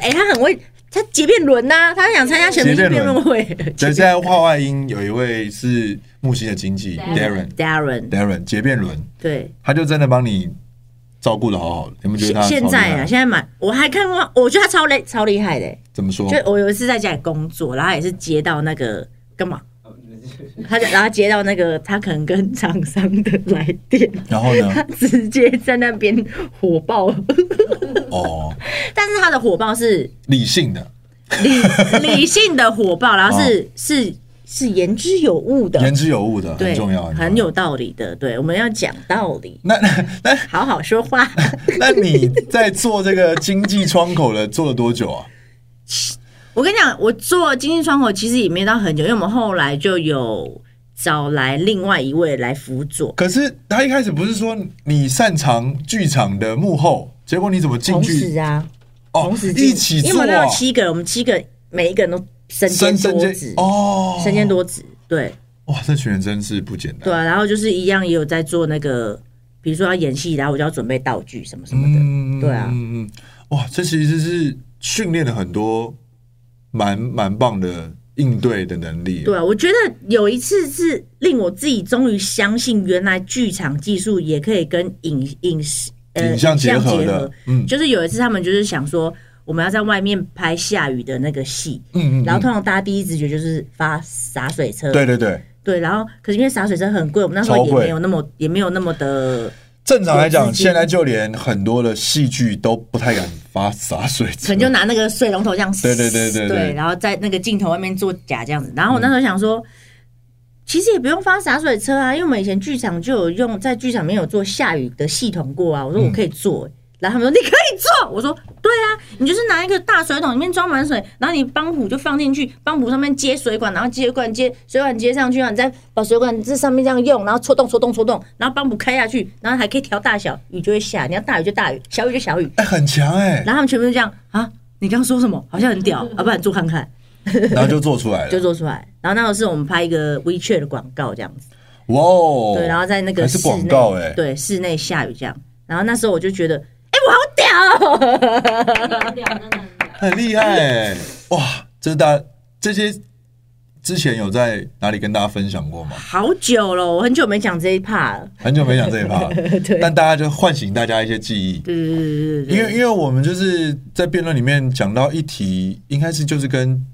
[SPEAKER 2] 哎、他很会，他杰辩伦呐，他想参加全明星辩论会。
[SPEAKER 1] 所 以现在话外音有一位是木星的经纪 Darren
[SPEAKER 2] Darren，
[SPEAKER 1] Darren 杰变伦，
[SPEAKER 2] 对，
[SPEAKER 1] 他就真的帮你照顾的好好的，你们觉得
[SPEAKER 2] 现
[SPEAKER 1] 他
[SPEAKER 2] 现在啊，
[SPEAKER 1] 啊，
[SPEAKER 2] 现在蛮，我还看过，我觉得他超厉超厉害的、
[SPEAKER 1] 怎么说？
[SPEAKER 2] 就我有一次在家里工作，然后也是接到那个干嘛，他就然后接到那个他可能跟厂商的来电，
[SPEAKER 1] 然后呢？
[SPEAKER 2] 他直接在那边火爆，
[SPEAKER 1] 哦，
[SPEAKER 2] 但是他的火爆是
[SPEAKER 1] 理性的，
[SPEAKER 2] 理理性的火爆，然后
[SPEAKER 1] 哦
[SPEAKER 2] 是、是是言之有物的，
[SPEAKER 1] 言之有物的，
[SPEAKER 2] 对
[SPEAKER 1] 很重要，
[SPEAKER 2] 很有。道理的，对，我们要讲道理，
[SPEAKER 1] 那 那
[SPEAKER 2] 好好 说话。
[SPEAKER 1] 那你在做这个经济窗口了，做了多久啊？
[SPEAKER 2] 我跟你讲，我做经济窗口其实也没到很久，因为我们后来就有找来另外一位来辅佐。
[SPEAKER 1] 可是他一开始不是说你擅长剧场的幕后，结果你怎么进
[SPEAKER 2] 同时
[SPEAKER 1] 去？
[SPEAKER 2] 啊，
[SPEAKER 1] 哦
[SPEAKER 2] 同，时进
[SPEAKER 1] 一起
[SPEAKER 2] 因为
[SPEAKER 1] 做
[SPEAKER 2] 我们
[SPEAKER 1] 啊
[SPEAKER 2] 有，七个人，我们七个人每一个人都身兼
[SPEAKER 1] 身身
[SPEAKER 2] 多
[SPEAKER 1] 兼
[SPEAKER 2] 职，
[SPEAKER 1] 哦，
[SPEAKER 2] 身兼多职，对
[SPEAKER 1] 哇，这群人真是不简单。
[SPEAKER 2] 对啊。然后就是一样也有在做那个，比如说要演戏，然后我就要准备道具什么什么的，
[SPEAKER 1] 嗯
[SPEAKER 2] 对啊。
[SPEAKER 1] 嗯嗯，哇，这其实是训练了很多蛮蛮棒的应对的能力。
[SPEAKER 2] 对，啊，我觉得有一次是令我自己终于相信，原来剧场技术也可以跟影影视呃
[SPEAKER 1] 影像结合的嗯
[SPEAKER 2] 就是有一次他们就是想说，我们要在外面拍下雨的那个戏，
[SPEAKER 1] 嗯嗯，
[SPEAKER 2] 然后通常大家第一直觉就是发洒水车，
[SPEAKER 1] 对对对，
[SPEAKER 2] 对然后可是因为洒水车很贵，我们那时
[SPEAKER 1] 超
[SPEAKER 2] 候也
[SPEAKER 1] 贵
[SPEAKER 2] 没有那么也没有那么的
[SPEAKER 1] 正常来
[SPEAKER 2] 有
[SPEAKER 1] 讲，
[SPEAKER 2] 资金
[SPEAKER 1] 现在就连很多的戏剧都不太敢发洒水车，
[SPEAKER 2] 可能就拿那个水龙头这样，
[SPEAKER 1] 对对对对对
[SPEAKER 2] 然后在那个镜头外面做假这样子。然后我那时候想说，其实也不用发洒水车啊，因为我们以前剧场就有用，在剧场里面有做下雨的系统过啊。我
[SPEAKER 1] 嗯
[SPEAKER 2] 说我可以做、然后他们说你可以做，我说对啊，你就是拿一个大水桶里面装满水，然后你帮浦就放进去，帮浦上面接水管，然后接管接水管接上去，然后你再把水管这上面这样用，然后戳动戳动戳动，然后帮浦开下去，然后还可以调大小，雨就会下，你要大雨就大雨，小雨就小雨，
[SPEAKER 1] 哎、很强哎、
[SPEAKER 2] 然后他们全部就这样啊，你刚刚说什么？好像很屌，要、不然做看看，
[SPEAKER 1] 然后就做出来了，
[SPEAKER 2] 就做出来。然后那时候是我们拍一个 WeChat 的广告这样子，
[SPEAKER 1] 哇哦，
[SPEAKER 2] 对，然后在那个
[SPEAKER 1] 还
[SPEAKER 2] 室
[SPEAKER 1] 是
[SPEAKER 2] 内
[SPEAKER 1] 广告哎、
[SPEAKER 2] 对，室内下雨这样。然后那时候我就觉得，哎、我好屌哦，
[SPEAKER 1] 很厉害哎、哇，这大这些之前有在哪里跟大家分享过吗？
[SPEAKER 2] 好久了，我很久没讲这一 part 了。
[SPEAKER 1] 很久没讲这一 趴了，但大家就唤醒大家一些记忆，
[SPEAKER 2] 对对对对对
[SPEAKER 1] 因为因为我们就是在辩论里面讲到一题，应该是就是跟，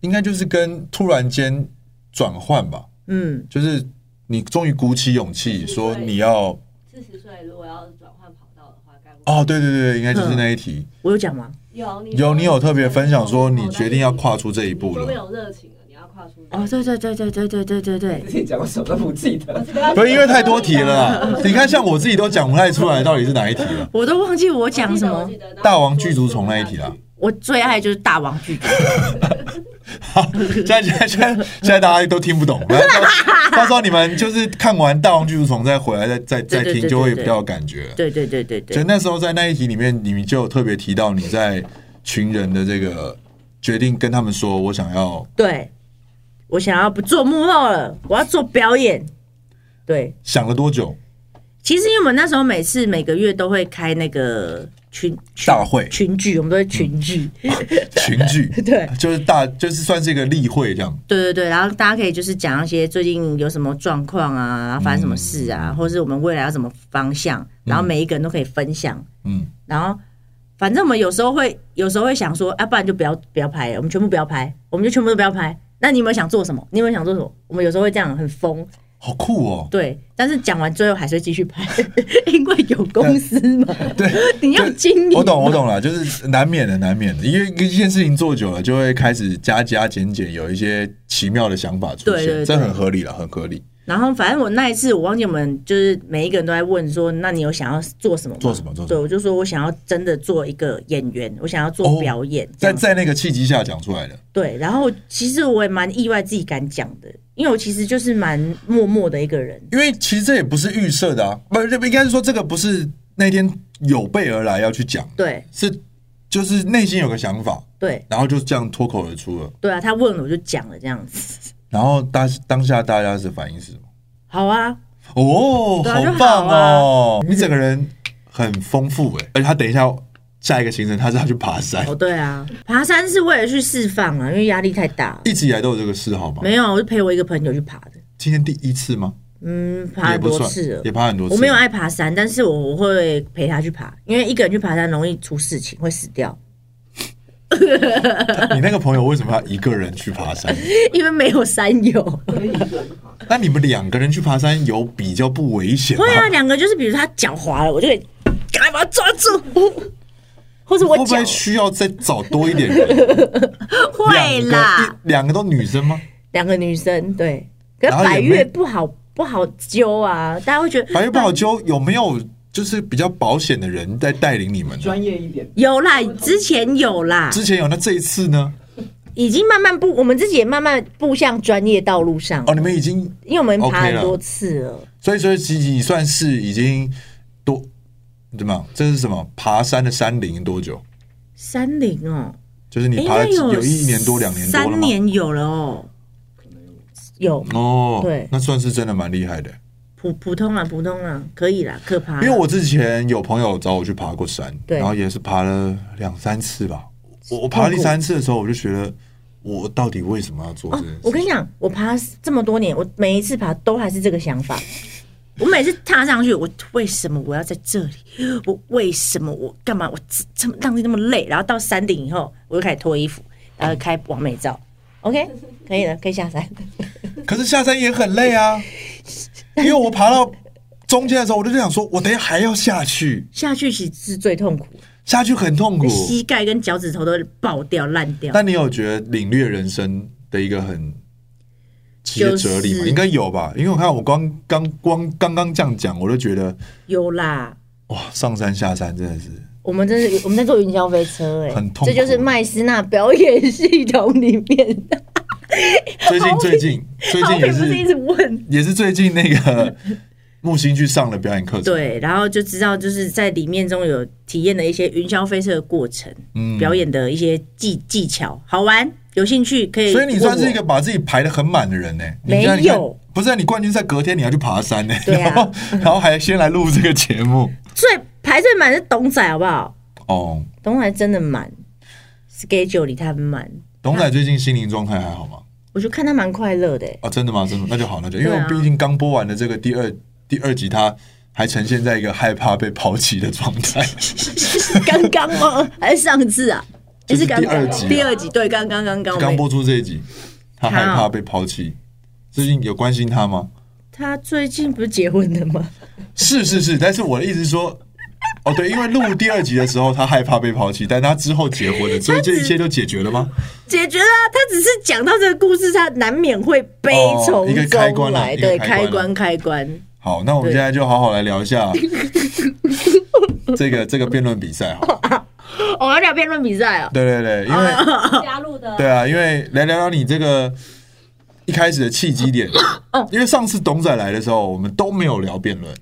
[SPEAKER 1] 应该就是跟突然间转换吧，
[SPEAKER 2] 嗯，
[SPEAKER 1] 就是你终于鼓起勇气说你要
[SPEAKER 5] 四十岁如果要转换跑道的话，该不会
[SPEAKER 1] 哦，对对对，应该就是那一题。
[SPEAKER 2] 我有讲吗？
[SPEAKER 5] 有你
[SPEAKER 1] 有你有特别分享说你决定要跨出这一步
[SPEAKER 5] 你都没
[SPEAKER 1] 了，
[SPEAKER 5] 有热情了，你要跨出
[SPEAKER 2] 哦，对对对对对对对对对
[SPEAKER 6] 自，己讲我什么都不记得。
[SPEAKER 1] 不是因为太多题了啦。你看，像我自己都讲不太出来到底是哪一题了。
[SPEAKER 2] 我都忘记我讲什么。
[SPEAKER 1] 大王巨足虫那一题啦，
[SPEAKER 2] 我最爱就是大王巨蛋，
[SPEAKER 1] 现在现在现在现在大家都听不 懂，然后到到时候你们就是看完《大王巨足虫》再回来再再再
[SPEAKER 2] 对对
[SPEAKER 1] 听，
[SPEAKER 2] 对
[SPEAKER 1] 就会
[SPEAKER 2] 对
[SPEAKER 1] 比较有感觉。
[SPEAKER 2] 对对对对
[SPEAKER 1] 就
[SPEAKER 2] 对，
[SPEAKER 1] 那时候在那一题里面，你们就有特别提到你在群人的这个决定，跟他们说我想要
[SPEAKER 2] 对，我想要不做幕后了，我要做表演，对。
[SPEAKER 1] 想了多久？
[SPEAKER 2] 其实因为我们那时候每次每个月都会开那个群群
[SPEAKER 1] 大会
[SPEAKER 2] 群聚，我们都会群聚，
[SPEAKER 1] 群聚
[SPEAKER 2] 对
[SPEAKER 1] 就是大就是算是一个例会这样。
[SPEAKER 2] 对对对，然后大家可以就是讲一些最近有什么状况啊，然后发生什么事啊，
[SPEAKER 1] 嗯
[SPEAKER 2] 或是我们未来要什么方向，然后每一个人都可以分享，
[SPEAKER 1] 嗯，
[SPEAKER 2] 然后反正我们有时候会有时候会想说，啊，不然就不要不要拍了，我们全部不要拍，我们就全部都不要拍。那你有没有想做什么？你有没有想做什么？我们有时候会这样很疯，
[SPEAKER 1] 好酷哦！
[SPEAKER 2] 对，但是讲完最后还是会继 续拍，因为有公司嘛，
[SPEAKER 1] 对，
[SPEAKER 2] 你要经营。
[SPEAKER 1] 我懂，我懂了，就是难免的，难免的，因为一件事情做久了，就会开始加加减减，有一些奇妙的想法出现，
[SPEAKER 2] 对对对
[SPEAKER 1] 这很合理了，很合理。
[SPEAKER 2] 然后反正我那一次，我忘记我们就是每一个人都在问说，那你有想要做什么吗？
[SPEAKER 1] 做什么做什么
[SPEAKER 2] 对，我就说我想要真的做一个演员，我想要做表演。这
[SPEAKER 1] 哦在
[SPEAKER 2] 样子
[SPEAKER 1] 在那个契机下讲出来的，
[SPEAKER 2] 对，然后其实我也蛮意外自己敢讲的，因为我其实就是蛮默默的一个人。
[SPEAKER 1] 因为其实这也不是预设的啊，不是，应该是说这个不是那天有备而来要去讲，
[SPEAKER 2] 对
[SPEAKER 1] 是就是内心有个想法，
[SPEAKER 2] 对
[SPEAKER 1] 然后就这样脱口而出了。
[SPEAKER 2] 对啊，他问了我就讲了这样子。
[SPEAKER 1] 然后当当下大家的反应是什么？
[SPEAKER 2] 好啊，
[SPEAKER 1] 哦，
[SPEAKER 2] 对啊就
[SPEAKER 1] 棒
[SPEAKER 2] 好
[SPEAKER 1] 哦！你整个人很丰富哎、而且他等一下下一个行程他是要去爬山，
[SPEAKER 2] 哦对啊，爬山是为了去释放啊，因为压力太大了。
[SPEAKER 1] 一直以来都有这个嗜好吗？
[SPEAKER 2] 没有，啊我是陪我一个朋友去爬的，
[SPEAKER 1] 今天第一次吗？
[SPEAKER 2] 嗯，爬
[SPEAKER 1] 也
[SPEAKER 2] 了
[SPEAKER 1] 不
[SPEAKER 2] 多
[SPEAKER 1] 算
[SPEAKER 2] 次了，
[SPEAKER 1] 也爬很多次。
[SPEAKER 2] 我没有爱爬山，但是我我会陪他去爬，因为一个人去爬山容易出事情，会死掉，
[SPEAKER 1] 你那个朋友为什么要一个人去爬 山？
[SPEAKER 2] 因为没有山 友。
[SPEAKER 1] 那你们两个人去爬山有比较不危险吗
[SPEAKER 2] 会？啊，两个就是比如他脚滑了，我就得赶快把他抓 住，或者我
[SPEAKER 1] 会不
[SPEAKER 2] 脚
[SPEAKER 1] 会需要再找多一点人？
[SPEAKER 2] 会
[SPEAKER 1] 两
[SPEAKER 2] 啦
[SPEAKER 1] 个，一，两个都女生吗？
[SPEAKER 2] 两个女生对，可是
[SPEAKER 1] 然后也
[SPEAKER 2] 百
[SPEAKER 1] 没
[SPEAKER 2] 越不好不好揪啊，大家会觉得
[SPEAKER 1] 白月不好揪，有没有就是比较保险的人
[SPEAKER 2] 啊
[SPEAKER 1] 哦在带领你们呢？
[SPEAKER 6] 专业一点，
[SPEAKER 2] 有啦，之前有啦，
[SPEAKER 1] 之前有，那这一次呢？
[SPEAKER 2] 已经慢慢步，我们自己也慢慢步向专业道路上了
[SPEAKER 1] 哦，你们已经，
[SPEAKER 2] 因为我们爬
[SPEAKER 1] OK
[SPEAKER 2] 很
[SPEAKER 1] 了
[SPEAKER 2] 多次了。
[SPEAKER 1] 所以说其实你算是已经多怎么样？这是什么？爬山的山龄多久？
[SPEAKER 2] 山林哦，
[SPEAKER 1] 就是
[SPEAKER 2] 应
[SPEAKER 1] 你爬
[SPEAKER 2] 该
[SPEAKER 1] 了几有一年多、两年多了
[SPEAKER 2] 三
[SPEAKER 1] 吗？
[SPEAKER 2] 年有了哦，有
[SPEAKER 1] 哦，
[SPEAKER 2] 对
[SPEAKER 1] 那算是真的蛮厉害的。
[SPEAKER 2] 普普通啊，普通啊，可以啦，可爬啦。
[SPEAKER 1] 因为我之前有朋友找我去爬过山，
[SPEAKER 2] 对
[SPEAKER 1] 然后也是爬了两三次吧。我我爬到第三次的时候，我就觉得我到底为什么要做这
[SPEAKER 2] 哦
[SPEAKER 1] 件事？，
[SPEAKER 2] 我跟你讲，我爬这么多年，我每一次爬都还是这个想法。我每次踏上去，我为什么我要在这里？我为什么我干嘛？我这这么让自己那么累？然后到山顶以后，我就开始脱衣服，然后开完美照。OK，可以了，可以下山。
[SPEAKER 1] 可是下山也很累 啊，因为我爬到中间的时候，我就想说，我等一下还要下去，
[SPEAKER 2] 下去其实是最痛苦，
[SPEAKER 1] 下去很痛苦。
[SPEAKER 2] 膝盖跟脚趾头都会爆掉、烂掉。
[SPEAKER 1] 但你有觉得领略人生的一个很奇的哲理吗？
[SPEAKER 2] 就是
[SPEAKER 1] 应该有吧，因为我看我光刚光刚刚这样讲，我就觉得
[SPEAKER 2] 有啦，
[SPEAKER 1] 哇，上山下山真的是
[SPEAKER 2] 我们真是我们在坐云霄飞车哎、
[SPEAKER 1] 很痛苦
[SPEAKER 2] 这就是麦斯纳表演系统里面的。
[SPEAKER 1] 最近最近最
[SPEAKER 2] 好
[SPEAKER 1] 近也
[SPEAKER 2] 评不是一直问
[SPEAKER 1] 也是最近那个 木星去上了表演课程，，
[SPEAKER 2] 对，然后就知道就是在里面中有体验了一些云霄飞车的过程，
[SPEAKER 1] 嗯
[SPEAKER 2] 表演的一些技技巧，好玩，有兴趣可以。
[SPEAKER 1] 所以你算是一个。把自己排的很满的人呢、你
[SPEAKER 2] 没
[SPEAKER 1] 这样你看
[SPEAKER 2] 有，
[SPEAKER 1] 不是、啊、你冠军赛隔天你要去爬山呢、
[SPEAKER 2] 对啊
[SPEAKER 1] 然后 然后还先来录这个节目
[SPEAKER 2] 最排最满是董仔，好不好？
[SPEAKER 1] 哦。
[SPEAKER 2] 董仔真的满，schedule 里他很满，
[SPEAKER 1] 董仔最近心灵状态还好吗？
[SPEAKER 2] 我就看他蛮快乐的、欸。
[SPEAKER 1] 啊，真的吗？真的，那就好，那就因为
[SPEAKER 2] 对啊
[SPEAKER 1] 毕竟刚播完的这个第二第二集，他还呈现在一个害怕被抛弃的状态。
[SPEAKER 2] 刚刚吗？还是上次啊？
[SPEAKER 1] 就是
[SPEAKER 2] 诶刚
[SPEAKER 1] 第二集啊
[SPEAKER 2] 第二集对，刚刚刚刚
[SPEAKER 1] 刚
[SPEAKER 2] 没
[SPEAKER 1] 播出这一集，他害怕被抛弃，最近有关心他吗？
[SPEAKER 2] 他最近不是结婚了吗？
[SPEAKER 1] 是是是，但是我的意思是说，哦对，因为录第二集的时候，他害怕被抛弃，但他之后结婚了，所以这一切都解决了吗？
[SPEAKER 2] 解决了啊、他只是讲到这个故事，他难免会悲
[SPEAKER 1] 哦
[SPEAKER 2] 从
[SPEAKER 1] 一个开关
[SPEAKER 2] 中
[SPEAKER 1] 啊
[SPEAKER 2] 来，
[SPEAKER 1] 一个
[SPEAKER 2] 对，
[SPEAKER 1] 开
[SPEAKER 2] 开
[SPEAKER 1] 关
[SPEAKER 2] 关开关。
[SPEAKER 1] 好，那我们
[SPEAKER 2] 对
[SPEAKER 1] 现在就好好来聊一 下这个这个辩论比赛好了，
[SPEAKER 2] 哦，要聊辩论比赛哦，
[SPEAKER 1] 对对对，因为。
[SPEAKER 2] 啊
[SPEAKER 5] 加入的
[SPEAKER 1] 对啊，因为来聊聊你这个一开始的契机点，
[SPEAKER 2] 哦
[SPEAKER 1] 因为上次董仔来的时候，我们都没有聊辩论，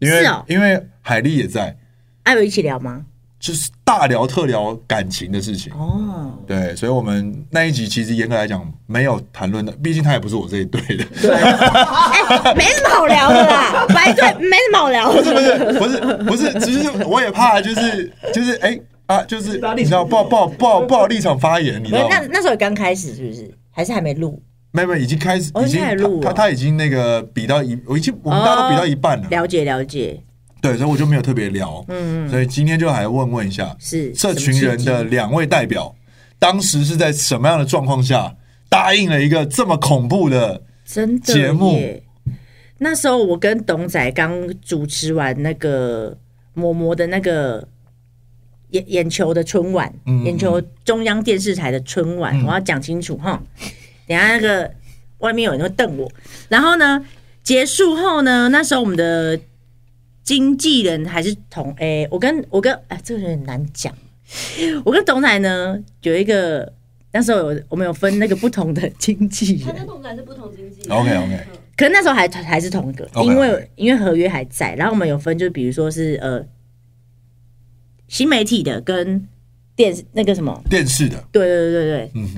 [SPEAKER 1] 因为、
[SPEAKER 2] 是哦
[SPEAKER 1] 因为海莉也在，
[SPEAKER 2] 艾维一起聊吗？
[SPEAKER 1] 就是大聊特聊感情的事情。
[SPEAKER 2] 哦，
[SPEAKER 1] 对，所以我们那一集其实严格来讲没有谈论的，毕竟他也不是我这一队的，
[SPEAKER 2] 对，哎， 没什么好聊的 啦，白对，没什么好聊
[SPEAKER 1] 不
[SPEAKER 2] 的。
[SPEAKER 1] 是不是不是，只是我也怕就是就是哎、啊，就是你知道不好不好不好不好立场发言，你知
[SPEAKER 2] 没有
[SPEAKER 1] 道吗
[SPEAKER 2] 那？那时候也刚开始是不是？还是还没录？
[SPEAKER 1] 没有没有，已经开始，
[SPEAKER 2] 哦
[SPEAKER 1] 已经
[SPEAKER 2] 已经开始录
[SPEAKER 1] 他
[SPEAKER 2] 了
[SPEAKER 1] 他他已经那个比到一，我已经我们大家都比到一半了，
[SPEAKER 2] 了解了解，
[SPEAKER 1] 对，所以我就没有特别聊，
[SPEAKER 2] 哦嗯，
[SPEAKER 1] 所以今天就来问问一下，
[SPEAKER 2] 是
[SPEAKER 1] 这群人的两位代表，当时是在什么样的状况下答应了一个这么恐怖的？
[SPEAKER 2] 真的
[SPEAKER 1] 节目
[SPEAKER 2] 耶。那时候我跟董仔刚主持完那个嬷嬷的那个眼眼球的春晚，
[SPEAKER 1] 嗯嗯嗯
[SPEAKER 2] 眼球中央电视台的春晚，我要讲清楚哈。等一下那个外面有人会瞪我。然后呢，结束后呢，那时候我们的经纪人还是同诶、我跟我跟哎，这个有点难讲。我跟董仔呢有一个，那时候有我们有分那个不同的经纪
[SPEAKER 5] 他
[SPEAKER 2] 人，
[SPEAKER 5] 跟同感是不同经济。
[SPEAKER 1] OK，OK
[SPEAKER 5] 嗯
[SPEAKER 2] 可是那时候还还是同一个
[SPEAKER 1] OK，OK
[SPEAKER 2] 因为因为合约还在，然后我们有分，就比如说是呃新媒体的跟电视那个什么，
[SPEAKER 1] 电视的，
[SPEAKER 2] 对对对对对，
[SPEAKER 1] 嗯，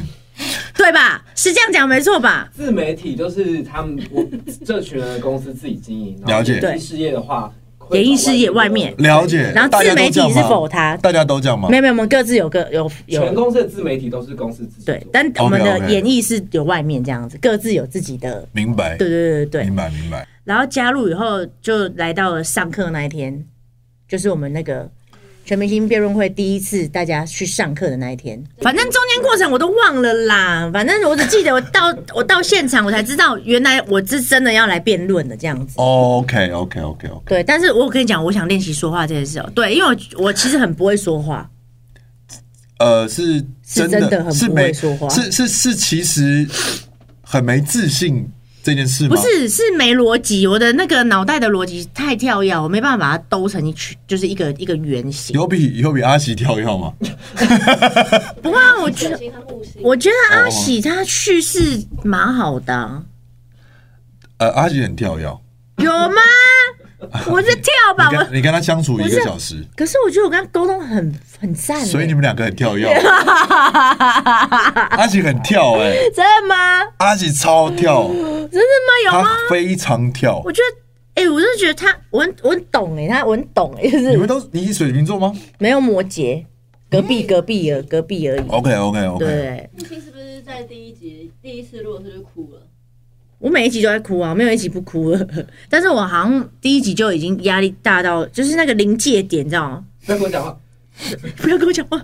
[SPEAKER 2] 对吧？是这样讲没错吧？
[SPEAKER 6] 自媒体就是他 们我这群人的公司自己经营，然后
[SPEAKER 1] 了解
[SPEAKER 6] 演艺事业的话，会
[SPEAKER 2] 演艺
[SPEAKER 6] 找
[SPEAKER 2] 事业
[SPEAKER 6] 的
[SPEAKER 2] 外面
[SPEAKER 1] 了解。
[SPEAKER 2] 然后
[SPEAKER 1] 大家都
[SPEAKER 2] 自媒体
[SPEAKER 1] 这样
[SPEAKER 2] 是
[SPEAKER 1] 吗
[SPEAKER 2] 否他？
[SPEAKER 1] 大家都这样吗
[SPEAKER 2] 没？有没有，我们各自有个有
[SPEAKER 6] 全
[SPEAKER 2] 有
[SPEAKER 6] 公司的自媒体都是公司自己做
[SPEAKER 2] 对，但我们的
[SPEAKER 1] OK，OK
[SPEAKER 2] 演绎是有外面这样子，各自有自己的，
[SPEAKER 1] 明白，
[SPEAKER 2] 对对对对
[SPEAKER 1] 明
[SPEAKER 2] 对。
[SPEAKER 1] 白，明白。
[SPEAKER 2] 然后加入以后，就来到了上课那一天，就是我们那个全明星辩论会第一次大家去上课的那一天。反正中间过程我都忘了啦，反正我只记得我到 我到现场，我才知道原来我是真的要来辩论的这样子。
[SPEAKER 1] OK，OK，OK，OK。
[SPEAKER 2] 对，但是我跟你讲，我想练习说话这件事哦、对，因为我我其实很不会说话，
[SPEAKER 1] 呃，是真
[SPEAKER 2] 是真的很
[SPEAKER 1] 是
[SPEAKER 2] 不会
[SPEAKER 1] 没
[SPEAKER 2] 说话
[SPEAKER 1] 是是是，其实很没自信这件事吗？
[SPEAKER 2] 不是是没逻辑，我的那个脑袋的逻辑太跳跃，我没办法把它兜成一曲，就是一个一个圆形。
[SPEAKER 1] 有比有比阿喜跳要吗？
[SPEAKER 2] 不过啊我觉得
[SPEAKER 5] 水星和木星，
[SPEAKER 2] 我觉得阿喜他叙事蛮好的啊、
[SPEAKER 1] 呃，阿喜很跳跃，
[SPEAKER 2] 有吗？我在跳吧，
[SPEAKER 1] 哦你
[SPEAKER 2] 我
[SPEAKER 1] 跟你跟他相处一
[SPEAKER 2] 不
[SPEAKER 1] 个
[SPEAKER 2] 是
[SPEAKER 1] 小时，
[SPEAKER 2] 可是我觉得我跟他沟通很很赞、欸，
[SPEAKER 1] 所以你们两个很跳 跃。阿喜很跳哎、
[SPEAKER 2] 真的吗？
[SPEAKER 1] 阿喜超跳，
[SPEAKER 2] 真的吗？有
[SPEAKER 1] 他
[SPEAKER 2] 吗？
[SPEAKER 1] 非常跳。
[SPEAKER 2] 我觉得，哎、我真的觉得他，我很我很懂哎、他我很懂哎、就
[SPEAKER 1] 你
[SPEAKER 2] 是
[SPEAKER 1] 们都你水瓶座吗
[SPEAKER 2] 没有摩羯，隔壁隔壁而隔壁而已。
[SPEAKER 1] ？OK 哦 OK OK，
[SPEAKER 2] 对，
[SPEAKER 5] 木星是不是在第一集第一次录的时候就哭了？
[SPEAKER 2] 我每一集都在哭啊，没有一集不哭 了。但是我好像第一集就已经压力大到，就是那个临界点，你知道吗？
[SPEAKER 6] 不要跟我讲话，
[SPEAKER 2] 不要跟我讲话，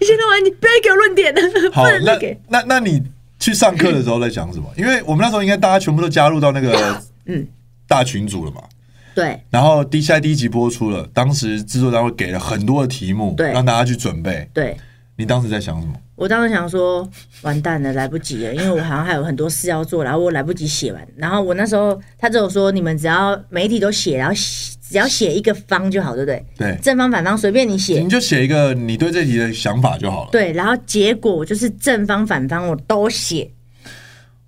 [SPEAKER 2] 一天到晚你不要给我论点，
[SPEAKER 1] 好
[SPEAKER 2] 不，能
[SPEAKER 1] 那
[SPEAKER 2] 再给。
[SPEAKER 1] 那那你去上课的时候在讲什么？因为我们那时候应该大家全部都加入到那个
[SPEAKER 2] 嗯
[SPEAKER 1] 大群组了嘛。
[SPEAKER 2] 对
[SPEAKER 1] 然后第下第一集播出了，当时制作单位给了很多的题目，
[SPEAKER 2] 对
[SPEAKER 1] 让大家去准备。
[SPEAKER 2] 对，
[SPEAKER 1] 你当时在想什么？
[SPEAKER 2] 我当时想说，完蛋了，来不及了，因为我好像还有很多事要做，然后我来不及写完。然后我那时候他只有说，你们只要媒体都写，然后写只要写一个方就好，对不对？
[SPEAKER 1] 对
[SPEAKER 2] 正方反方随便你写
[SPEAKER 1] 你。就写一个你对这题的想法就好了。
[SPEAKER 2] 对，然后结果我就是正方反方我都写，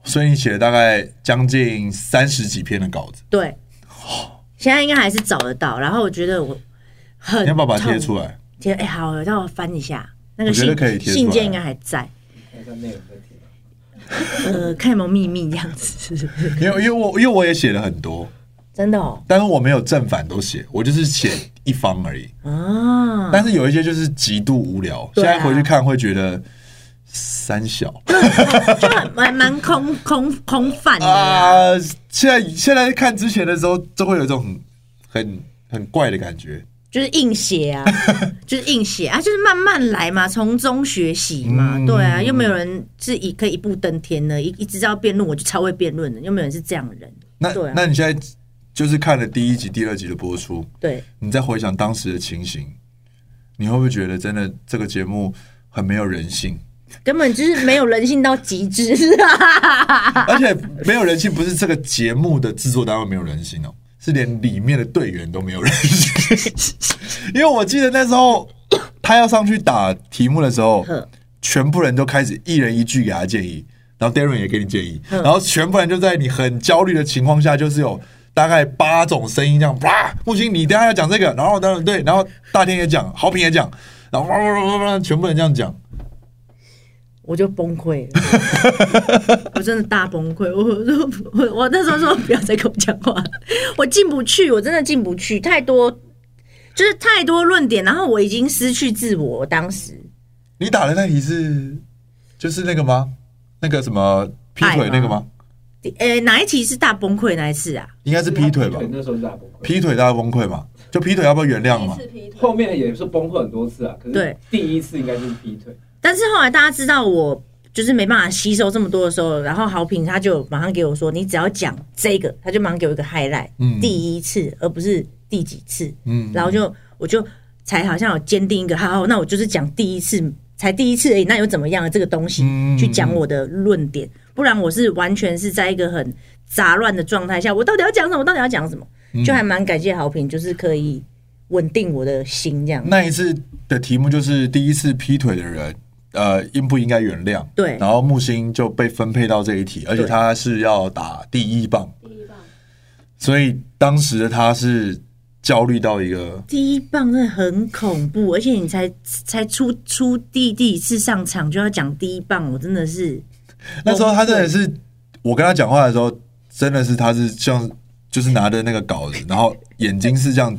[SPEAKER 1] 所以你写了大概将近三十几篇的稿子，
[SPEAKER 2] 对。
[SPEAKER 1] 哦
[SPEAKER 2] 现在应该还是找得到。然后我觉得我很
[SPEAKER 1] 你要不要把它
[SPEAKER 2] 痛
[SPEAKER 1] 贴出来？
[SPEAKER 2] 贴哎、好，让我翻一下那个
[SPEAKER 1] 我觉得
[SPEAKER 2] 信
[SPEAKER 1] 可以贴出来
[SPEAKER 2] 信件应该还在，
[SPEAKER 6] 看看内容在听。
[SPEAKER 2] 呃，看有没有秘密这样子，
[SPEAKER 1] 因为因为我因为我也写了很多，
[SPEAKER 2] 真的哦
[SPEAKER 1] 但是我没有正反都写，我就是写一方而已。
[SPEAKER 2] 啊，
[SPEAKER 1] 但是有一些就是极度无聊，现
[SPEAKER 2] 对啊
[SPEAKER 1] 在回去看会觉得三小
[SPEAKER 2] 就很蛮蛮空空空泛的啦。
[SPEAKER 1] 啊。现在现在看之前的时候，就会有一种很很很怪的感觉。
[SPEAKER 2] 就是硬写啊，就是硬写啊，就是慢慢来嘛，从中学习嘛，
[SPEAKER 1] 嗯
[SPEAKER 2] 对啊，又没有人是一可以一步登天的，一一直要辩论，我就超会辩论的，又没有人是这样的人，
[SPEAKER 1] 那、
[SPEAKER 2] 对啊
[SPEAKER 1] 那你现在就是看了第一集、第二集的播出，
[SPEAKER 2] 对，
[SPEAKER 1] 你再回想当时的情形，你会不会觉得真的这个节目很没有人性？
[SPEAKER 2] 根本就是没有人性到极致，
[SPEAKER 1] 而且没有人性，不是这个节目的制作单位没有人性哦，是连里面的队员都没有人性。 因为我记得那时候 他要上去打题目的时候
[SPEAKER 2] 呵，
[SPEAKER 1] 全部人都开始一人一句给他建议，然后 Darren 也给你建议，然后全部人就在你很焦虑的情况下，就是有。大概八种声音这样，哇！木星，你等一下要讲这个，然后当然对，然后大天也讲，好评也讲，然后哇哇哇哇哇，全部人这样讲，
[SPEAKER 2] 我就崩溃了，我真的大崩溃。我我我我那时候说不要再跟我讲话了，我进不去，我真的进不去，太多就是太多论点，然后我已经失去自我。我当时
[SPEAKER 1] 你打的那题是就是那个吗？那个什么劈腿那个吗？
[SPEAKER 2] 诶、哪一题是大崩溃那一次啊？
[SPEAKER 1] 应该是劈腿吧？
[SPEAKER 6] 那时候是大崩溃，
[SPEAKER 1] 劈腿大家崩溃嘛？就劈腿要不要原谅
[SPEAKER 5] 第一
[SPEAKER 1] 嘛？
[SPEAKER 5] 次劈腿，
[SPEAKER 6] 后面也是崩溃很多次啊。可
[SPEAKER 2] 对
[SPEAKER 6] 是第一次应该就是劈腿，
[SPEAKER 2] 但是后来大家知道我就是没办法吸收这么多的时候，然后好评他就马上给我说，你只要讲这个，他就马上给我一个 highlight，、
[SPEAKER 1] 嗯
[SPEAKER 2] 第一次而不是第几次，
[SPEAKER 1] 嗯，
[SPEAKER 2] 然后就我就才好像有坚定一个，好好，那我就是讲第一次，才第一次而已，那又怎么样？这个东西、
[SPEAKER 1] 嗯
[SPEAKER 2] 去讲我的论点，不然我是完全是在一个很杂乱的状态下，我到底要讲什么？我到底要讲什么？就还蛮感谢好评，就是可以稳定我的心这样。
[SPEAKER 1] 那一次的题目就是第一次劈腿的人，呃，应不应该原谅？
[SPEAKER 2] 对
[SPEAKER 1] 然后木星就被分配到这一题，而且
[SPEAKER 2] 对
[SPEAKER 1] 他是要打第一棒，
[SPEAKER 5] 第一棒，
[SPEAKER 1] 所以当时的他是焦虑到一个，
[SPEAKER 2] 第一棒真的很恐怖，而且你才才出出第第一次上场就要讲第一棒，我真的是
[SPEAKER 1] 那时候他真的
[SPEAKER 2] 哦
[SPEAKER 1] 是，我跟他讲话的时候，真的是他是像就是拿着那个稿 子，然后眼睛是这样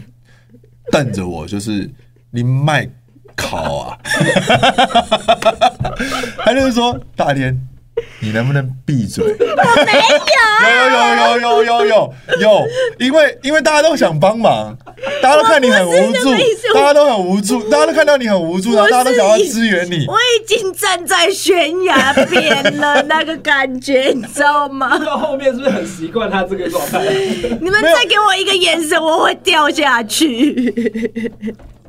[SPEAKER 1] 瞪着我，就是你卖烤啊， 他就是说大天，你能不能闭嘴？ 我没有，有有有有有有有，因为因为大家都想帮忙，大家都看你很无助
[SPEAKER 2] 我不是那个意思，
[SPEAKER 1] 大家都很无助，大家都看到你很无助，然后大家都想要支援你，
[SPEAKER 2] 我已经站在悬崖边了，那个感觉你知道吗？
[SPEAKER 6] 到后面是不是很习惯他这个状态？
[SPEAKER 2] 你们再给我一个眼神，我会掉下去。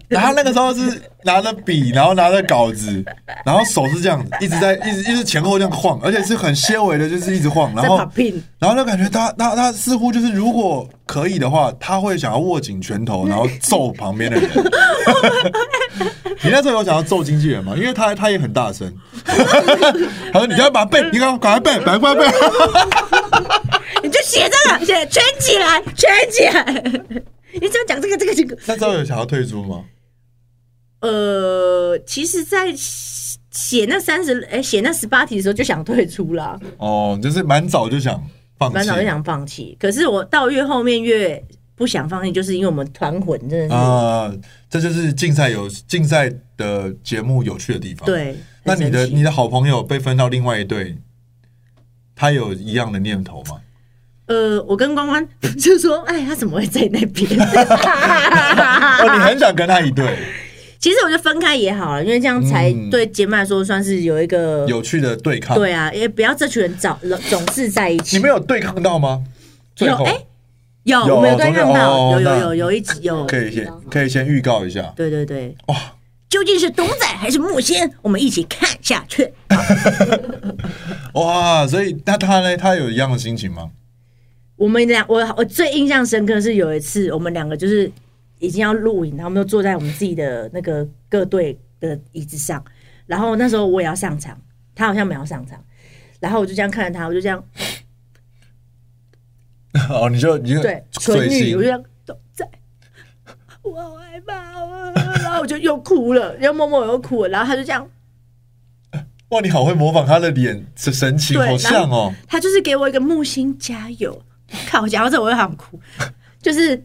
[SPEAKER 1] 然后他那个时候是拿着笔，然后拿着稿子，然后手是这样子，一直在一直一直前后这样晃，而且是很纤维的，就是一直晃。然
[SPEAKER 2] 在
[SPEAKER 1] 后
[SPEAKER 2] 打拼，
[SPEAKER 1] 然后就感觉他他他似乎就是如果可以的话，他会想要握紧拳头，然后揍旁边的人。你那时候有想要揍经纪人吗？因为他他也很大声，他说：“你赶快把背，你赶快赶快背，赶快背。”
[SPEAKER 2] 你就写这 个，写圈起来，圈起来。 你只要讲这个，这个，这个。
[SPEAKER 1] 那时候有想要退出吗？
[SPEAKER 2] 呃，其实，在写写那三十，哎，写那十八题的时候就想退出了，
[SPEAKER 1] 哦，就是蛮早就想放弃，
[SPEAKER 2] 班长就想放弃。可是我到越后面越不想放弃，就是因为我们团魂真的是、
[SPEAKER 1] 啊、这就是竞赛有竞赛的节目有趣的地方。，
[SPEAKER 2] 对。
[SPEAKER 1] 那
[SPEAKER 2] 很
[SPEAKER 1] 你的
[SPEAKER 2] 神奇
[SPEAKER 1] 你的好朋友被分到另外一队，他有一样的念头吗？
[SPEAKER 2] 呃，我跟关关就说，哎，他怎么会在那边？ 啊
[SPEAKER 1] 哦，你很想跟他一队，
[SPEAKER 2] 其实我就分开也好啊了，因为这样才
[SPEAKER 1] 嗯
[SPEAKER 2] 对姐妹来说算是有一个
[SPEAKER 1] 有趣的对抗。
[SPEAKER 2] 对，啊，也不要这群人找总是在一起。
[SPEAKER 1] 你们有对抗到吗？最后
[SPEAKER 2] 有哎有
[SPEAKER 1] 有
[SPEAKER 2] 我们有对看到，
[SPEAKER 1] 总有
[SPEAKER 2] 有有
[SPEAKER 1] 哦
[SPEAKER 2] 有有一集有，
[SPEAKER 1] 可以先可以先预告一下，
[SPEAKER 2] 对对对，
[SPEAKER 1] 哇，
[SPEAKER 2] 究竟是董仔还是木仙？我们一起看下去。
[SPEAKER 1] 哇，所以那他呢？他有一样的心情吗？
[SPEAKER 2] 我们俩，我我最印象深刻是有一次，我们两个就是已经要录影，然后我们就坐在我们自己的那个各队的椅子上，然后那时候我也要上场，他好像没有上场，然后我就这样看着他，我就这样
[SPEAKER 1] 哦，你就你就
[SPEAKER 2] 对唇
[SPEAKER 1] 随
[SPEAKER 2] 语，
[SPEAKER 1] 性
[SPEAKER 2] 我就这样董仔，我好害怕啊，然后我就又哭了，又默默又哭了，然后他就这样，
[SPEAKER 1] 哇，你好会模仿他的脸神神情，
[SPEAKER 2] 对
[SPEAKER 1] 好像
[SPEAKER 2] 然
[SPEAKER 1] 哦。
[SPEAKER 2] 他就是给我一个木星加油，看我讲到这我又想哭，就是。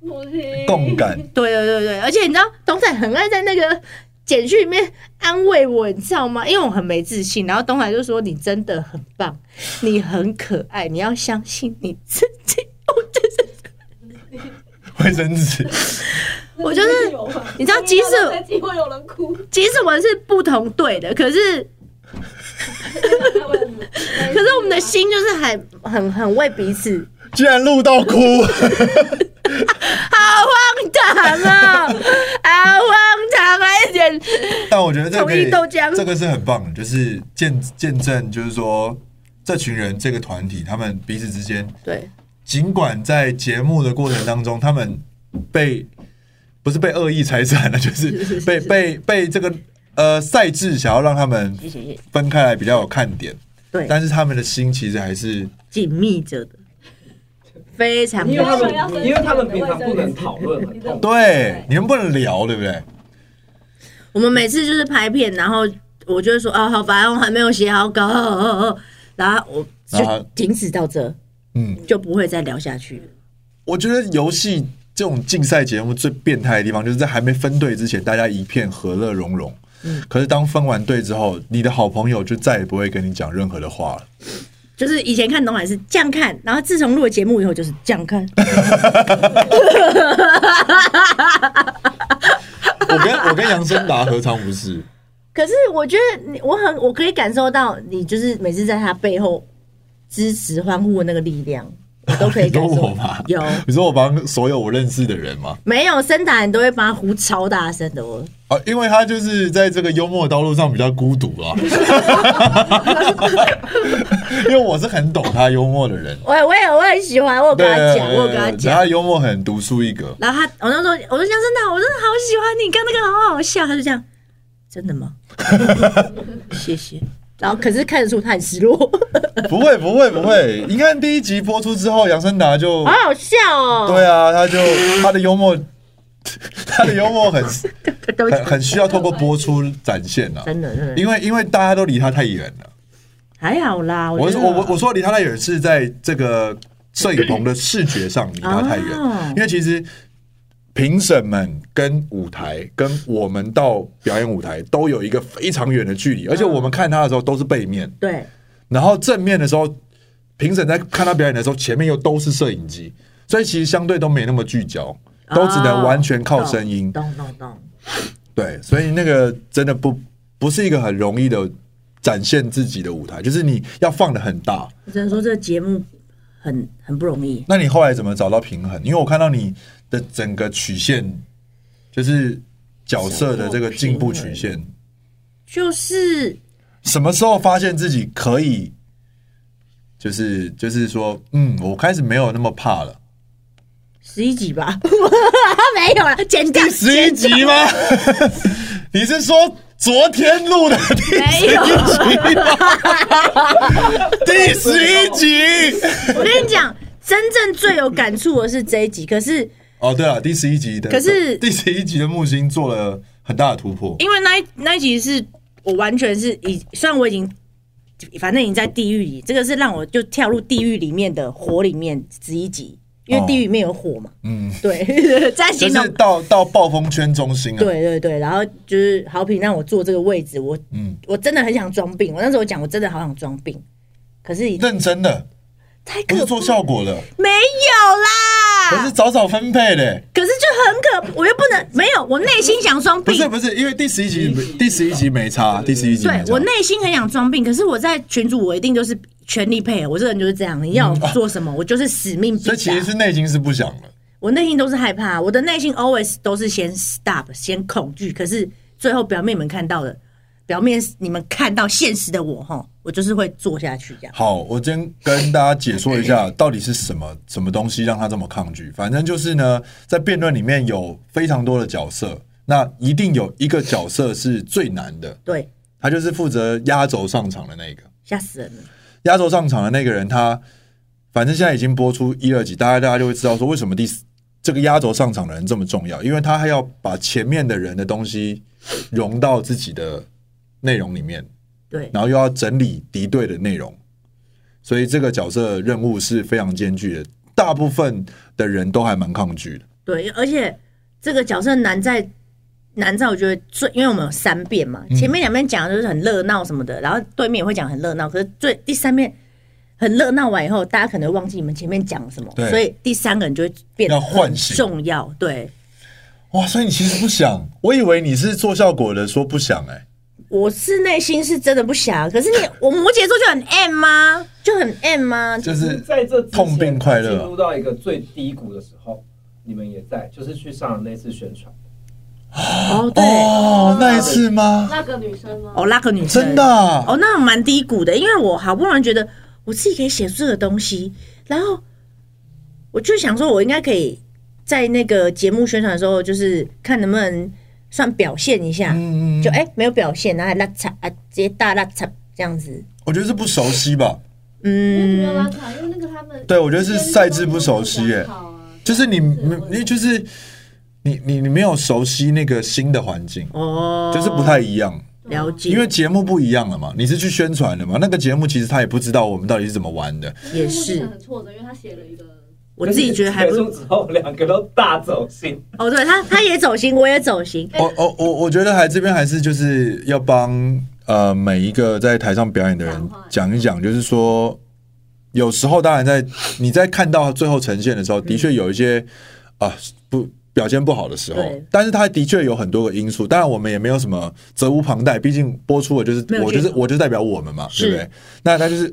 [SPEAKER 5] 母亲
[SPEAKER 1] 共感，
[SPEAKER 2] 对对对对，而且你知道，董仔很爱在那个简讯里面安慰我，你知道吗？因为我很没自信，然后董仔就说：“你真的很棒，你很可爱，你要相信你自己。”我就是，
[SPEAKER 1] 卫生纸，
[SPEAKER 2] 我就是，你知道即使
[SPEAKER 5] 在机会有 人哭，
[SPEAKER 2] 即使我们是不同队的，可是
[SPEAKER 5] 可
[SPEAKER 2] 可是我们的心就是很很很为彼此，
[SPEAKER 1] 居然录到哭，
[SPEAKER 2] 好荒唐啊、好荒唐啊！一点
[SPEAKER 1] 但我觉得这个可以
[SPEAKER 2] 同意豆浆
[SPEAKER 1] 这个是很棒的，就是见见证，就是说这群人这个团体，他们彼此之间，
[SPEAKER 2] 对
[SPEAKER 1] 尽管在节目的过程当中，他们被不是被恶意拆散了，就是被被被这个呃赛制想要让他们分开来比较有看点，
[SPEAKER 2] 对，
[SPEAKER 1] 但是他们的心其实还是
[SPEAKER 2] 紧密着的，非常
[SPEAKER 6] 因为他
[SPEAKER 5] 我要生
[SPEAKER 6] 们
[SPEAKER 5] 气
[SPEAKER 6] 因为他们平常不能讨论
[SPEAKER 5] 你
[SPEAKER 6] 很
[SPEAKER 5] 的
[SPEAKER 6] 痛，
[SPEAKER 1] 对，你们不能聊，对不对？
[SPEAKER 2] 我们每次就是拍片，然后我就会说啊，好烦，我还没有写好稿，哦哦哦然后我
[SPEAKER 1] 然后
[SPEAKER 2] 就停止到这，
[SPEAKER 1] 嗯，
[SPEAKER 2] 就不会再聊下去了。
[SPEAKER 1] 我觉得游戏这种竞赛节目最变态的地方，就是在还没分队之前，大家一片和乐融融。可是当分完队之后，你的好朋友就再也不会跟你讲任何的话了。
[SPEAKER 2] 就是以前看董海是这样看，然后自从录了节目以后就是这样看，
[SPEAKER 1] 我跟我跟杨森达何尝不是？
[SPEAKER 2] 可是我觉得你，我很我可以感受到你就是每次在他背后支持欢呼的那个力量，我都可以
[SPEAKER 1] 你
[SPEAKER 2] 感
[SPEAKER 1] 说
[SPEAKER 2] 受
[SPEAKER 1] 我
[SPEAKER 2] 到
[SPEAKER 1] 吧，
[SPEAKER 2] 有
[SPEAKER 1] 你说我帮所有我认识的人吗？
[SPEAKER 2] 没有声打你都会帮他呼超大声的哦。
[SPEAKER 1] 啊，因为他就是在这个幽默的道路上比较孤独啊。因为我是很懂他幽默的人，
[SPEAKER 2] 我也我也我很喜欢，我有跟他讲，我有跟他
[SPEAKER 1] 对
[SPEAKER 2] 讲。
[SPEAKER 1] 他幽默很独树一格。
[SPEAKER 2] 然后他，我那时候我说江真的，我真的好喜欢你，刚那个好好笑。他就这样，真的 吗？谢谢。然后可是看得出他很失落，
[SPEAKER 1] 不会不会不会，你看第一集播出之后，杨森达就
[SPEAKER 2] 好好笑哦。
[SPEAKER 1] 对啊，他就他的幽默， 他的幽默很
[SPEAKER 2] 对，对不
[SPEAKER 1] 很
[SPEAKER 2] 起，
[SPEAKER 1] 很需要透过播出展现啊，
[SPEAKER 2] 真的真的
[SPEAKER 1] 因为因为大家都离他太远了。
[SPEAKER 2] 还好啦。
[SPEAKER 1] 我
[SPEAKER 2] 我觉
[SPEAKER 1] 我
[SPEAKER 2] 得
[SPEAKER 1] 我我说离他太远是在这个摄影棚的视觉上离他太远
[SPEAKER 2] 哦，
[SPEAKER 1] 因为其实评审们跟舞台跟我们到表演舞台都有一个非常远的距离，而且我们看他的时候都是背面，
[SPEAKER 2] 对
[SPEAKER 1] 然后正面的时候，评审在看他表演的时候，前面又都是摄影机，所以其实相对都没那么聚焦，都只能完全靠声音。
[SPEAKER 2] 啊懂懂懂。
[SPEAKER 1] 对，所以那个真的不不是一个很容易的展现自己的舞台，就是你要放的很大。
[SPEAKER 2] 我只能说这个节目很很不容易。
[SPEAKER 1] 那你后来怎么找到平衡？因为我看到你的整个曲线，就是角色的这个进步曲线？
[SPEAKER 2] 就是
[SPEAKER 1] 什么时候发现自己可以，就是就是说，嗯，我开始没有那么怕了。
[SPEAKER 2] 十一集吧，没有了，剪掉
[SPEAKER 1] 十一集吗？ 你是说昨天录的第
[SPEAKER 2] 没有。
[SPEAKER 1] 第十一集？
[SPEAKER 2] 我跟你讲，真正最有感触的是这一集，可是
[SPEAKER 1] 哦，对了，第十一集的，
[SPEAKER 2] 可是
[SPEAKER 1] 第十一集的木星做了很大的突破。
[SPEAKER 2] 因为那一那一集是我完全是已，虽然我已经反正已经在地狱里，这个是让我就跳入地狱里面的火里面十一集，因为地狱里面有火嘛，
[SPEAKER 1] 嗯，
[SPEAKER 2] 对， 在
[SPEAKER 1] 就
[SPEAKER 2] 形容
[SPEAKER 1] 是到到暴风圈中心啊，
[SPEAKER 2] 对对对，然后就是好评让我坐这个位置，我
[SPEAKER 1] 嗯
[SPEAKER 2] 我真的很想装病。我那时候讲，我真的好想装病，可是已经
[SPEAKER 1] 认真的，
[SPEAKER 2] 太
[SPEAKER 1] 不
[SPEAKER 2] 可
[SPEAKER 1] 是做效果的，
[SPEAKER 2] 没有
[SPEAKER 1] 可
[SPEAKER 2] 啦。
[SPEAKER 1] 是早早分配的。
[SPEAKER 2] 可是就很可，我又不能没有，我内心想装
[SPEAKER 1] 不是
[SPEAKER 2] 病。
[SPEAKER 1] 不是，因为第十一集第十一集没差，第十一集
[SPEAKER 2] 对
[SPEAKER 1] 没差
[SPEAKER 2] 我啊内心很想装病，可是我在群主我一定就是全力配合，我这个人就是这样，你要我做什么、我就是使命必
[SPEAKER 1] 所以其实
[SPEAKER 2] 达。
[SPEAKER 1] 是内心是不想的。
[SPEAKER 2] 我内心都是害怕，我的内心 always 都是先 stop，先恐惧，可是最后表面你们看到的，表面你们看到现实的我哈，我就是会做下去这样。
[SPEAKER 1] 好，我先跟大家解说一下，到底是什么什么东西让他这么抗拒。反正就是呢，在辩论里面有非常多的角色，那一定有一个角色是最难的，
[SPEAKER 2] 对，
[SPEAKER 1] 他就是负责压轴上场的那个。
[SPEAKER 2] 吓死人了。
[SPEAKER 1] 压轴上场的那个人，他反正现在已经播出一二集，大家大家就会知道说为什么第四这个压轴上场的人这么重要，因为他还要把前面的人的东西融到自己的内容里面，
[SPEAKER 2] 对，
[SPEAKER 1] 然后又要整理敌对的内容，所以这个角色任务是非常艰巨的。大部分的人都还蛮抗拒的，
[SPEAKER 2] 对，而且这个角色难在难在我觉得最，因为我们有三遍嘛，
[SPEAKER 1] 嗯
[SPEAKER 2] 前面两遍讲的就是很热闹什么的，然后对面也会讲很热闹，可是最第三遍很热闹完以后，大家可能会忘记你们前面讲什么
[SPEAKER 1] 对，
[SPEAKER 2] 所以第三个人就会变
[SPEAKER 1] 要
[SPEAKER 2] 得
[SPEAKER 1] 唤
[SPEAKER 2] 很
[SPEAKER 1] 醒
[SPEAKER 2] 重要。对，
[SPEAKER 1] 哇！所以你其实不想，我以为你是做效果的，说不想哎、
[SPEAKER 2] 我是内心是真的不想，啊可是你我摩羯座就很 M 吗？就很 M 吗？
[SPEAKER 1] 就是
[SPEAKER 6] 在这之前
[SPEAKER 1] 痛并快乐
[SPEAKER 6] 进入到一个最低谷的时候，你们也在，就是去上了那次宣传，
[SPEAKER 2] 哦，对，
[SPEAKER 1] 哦，那一次吗？
[SPEAKER 5] 那个女生吗？
[SPEAKER 2] 哦，那个女生
[SPEAKER 1] 真的啊、
[SPEAKER 2] 哦，那蛮低谷的，因为我好不容易觉得我自己可以写出这个东西，然后我就想说，我应该可以在那个节目宣传的时候，就是看能不能算表现一下，
[SPEAKER 1] 嗯嗯嗯
[SPEAKER 2] 就哎、没有表现，然后还拉扯啊，直接大拉扯这样子，
[SPEAKER 1] 我觉得是不熟悉吧，
[SPEAKER 5] 没有
[SPEAKER 2] 嗯，
[SPEAKER 5] 拉卡，因为那个他们
[SPEAKER 1] 对我觉得是赛制不熟悉耶就是你没
[SPEAKER 5] 我
[SPEAKER 1] 你就是你你你没有熟悉那个新的环境，
[SPEAKER 2] 哦，
[SPEAKER 1] 就是不太一样，
[SPEAKER 2] 了解，
[SPEAKER 1] 因为节目不一样了嘛，你是去宣传的嘛，那个节目其实他也不知道我们到底是怎么玩的，
[SPEAKER 2] 也
[SPEAKER 5] 也
[SPEAKER 2] 是
[SPEAKER 5] 很挫折，因为他写了一个
[SPEAKER 2] 我自己觉得还不
[SPEAKER 6] 结束之后，两个都大走心。
[SPEAKER 2] 哦，对他他也走心，我也走心，
[SPEAKER 1] 我我我我觉得还这边还是就是要帮呃每一个在台上表演的人
[SPEAKER 5] 讲话
[SPEAKER 1] 讲一讲，就是说有时候当然在你在看到最后呈现的时
[SPEAKER 2] 嗯
[SPEAKER 1] 候，的确有一些啊、不。表现不好的时候
[SPEAKER 2] 对，
[SPEAKER 1] 但是他的确有很多个因素，当然我们也没有什么责无旁贷，毕竟播出的就是
[SPEAKER 2] 没有
[SPEAKER 1] 我就是
[SPEAKER 2] 借口
[SPEAKER 1] 我就代表我们嘛，
[SPEAKER 2] 是
[SPEAKER 1] 对不对？那那就是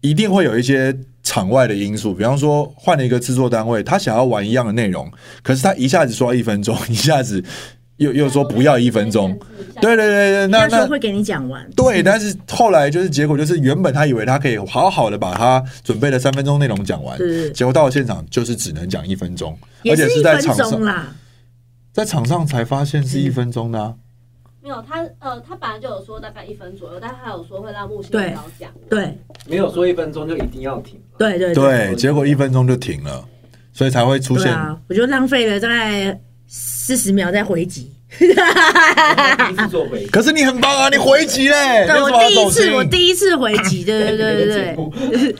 [SPEAKER 1] 一定会有一些场外的因素，比方说换了一个制作单位，他想要玩一样的内容，可是他一下子说要一分钟， 一下子又又说不要一分钟，，对对对对，那
[SPEAKER 2] 他嗯说
[SPEAKER 1] 那
[SPEAKER 2] 会给你讲完，
[SPEAKER 1] 对，但是后来就是结果就是原本他以为他可以好好的把他准备的三分钟内容讲完
[SPEAKER 2] 是，
[SPEAKER 1] 结果到了现场就是只能讲一分钟，而
[SPEAKER 2] 也
[SPEAKER 1] 且
[SPEAKER 2] 一
[SPEAKER 1] 在
[SPEAKER 2] 分
[SPEAKER 1] 场
[SPEAKER 2] 钟
[SPEAKER 1] 上
[SPEAKER 2] 啦，
[SPEAKER 1] 在场上才发现是一分钟的啊、
[SPEAKER 5] 没有他呃，他本来就有说大概一分左右，但他有说会让木星
[SPEAKER 2] 对
[SPEAKER 5] 老讲，
[SPEAKER 2] 对
[SPEAKER 6] 没有说一分钟就一定要停，
[SPEAKER 2] 对对
[SPEAKER 1] 对，结果一分钟就停了，所以才会出
[SPEAKER 2] 嗯对
[SPEAKER 1] 现
[SPEAKER 2] 啊，我就浪费了大概四十秒再回击。
[SPEAKER 6] 第一次做回。
[SPEAKER 1] 可是你很棒啊，你回击嘞！
[SPEAKER 2] 对
[SPEAKER 1] 有
[SPEAKER 2] 我
[SPEAKER 1] 什么好
[SPEAKER 2] 第一
[SPEAKER 1] 走
[SPEAKER 2] 次，
[SPEAKER 1] 心
[SPEAKER 2] 我第一次回击，对对对对对，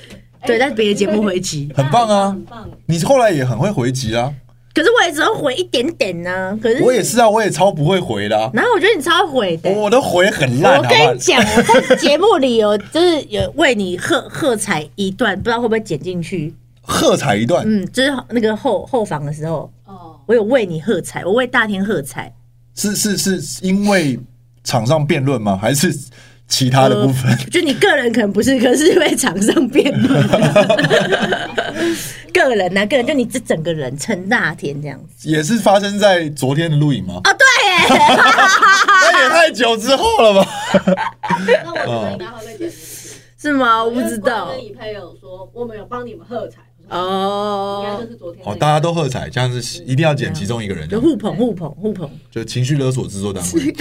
[SPEAKER 2] 对在别的节目回击，
[SPEAKER 1] 很棒啊
[SPEAKER 5] 很！棒，
[SPEAKER 1] 你后来也很会回击啊，
[SPEAKER 2] 可是我也只会回一点点呢、可是
[SPEAKER 1] 我也，是啊，我也超不会回的、啊，
[SPEAKER 2] 然后我觉得你超回的。
[SPEAKER 1] 我的回很烂，
[SPEAKER 2] 我
[SPEAKER 1] 好不好
[SPEAKER 2] 跟你讲，我在节目里有就是有为你喝喝彩一段，不知道会不会剪进去。
[SPEAKER 1] 喝彩一段，
[SPEAKER 2] 嗯，就是那个后后访的时候，
[SPEAKER 5] 哦，
[SPEAKER 2] 我有为你喝彩，我为大天喝彩。
[SPEAKER 1] 是是是因为场上辩论吗？还是其他的部分？
[SPEAKER 2] 就你个人可能不是，可是因为场上辩论， 个人呐、啊，个人就你这整个人陈大天这样子。
[SPEAKER 1] 也是发生在昨天的录影吗？
[SPEAKER 2] 哦，对耶，
[SPEAKER 1] 那也太久之后了吧？
[SPEAKER 5] 那我觉得应该会被剪辑。
[SPEAKER 2] 是吗？哦我不知道
[SPEAKER 5] 因为郭跟以佩有说，我们有帮你们喝彩，应该就
[SPEAKER 2] 哦，
[SPEAKER 5] 是昨天那
[SPEAKER 1] 哦，
[SPEAKER 5] 个。
[SPEAKER 1] 大家都喝彩，这样是一定要剪其中一个人，这
[SPEAKER 2] 就
[SPEAKER 1] 样
[SPEAKER 2] 互捧互捧互捧，
[SPEAKER 1] 就情绪勒索制作单位。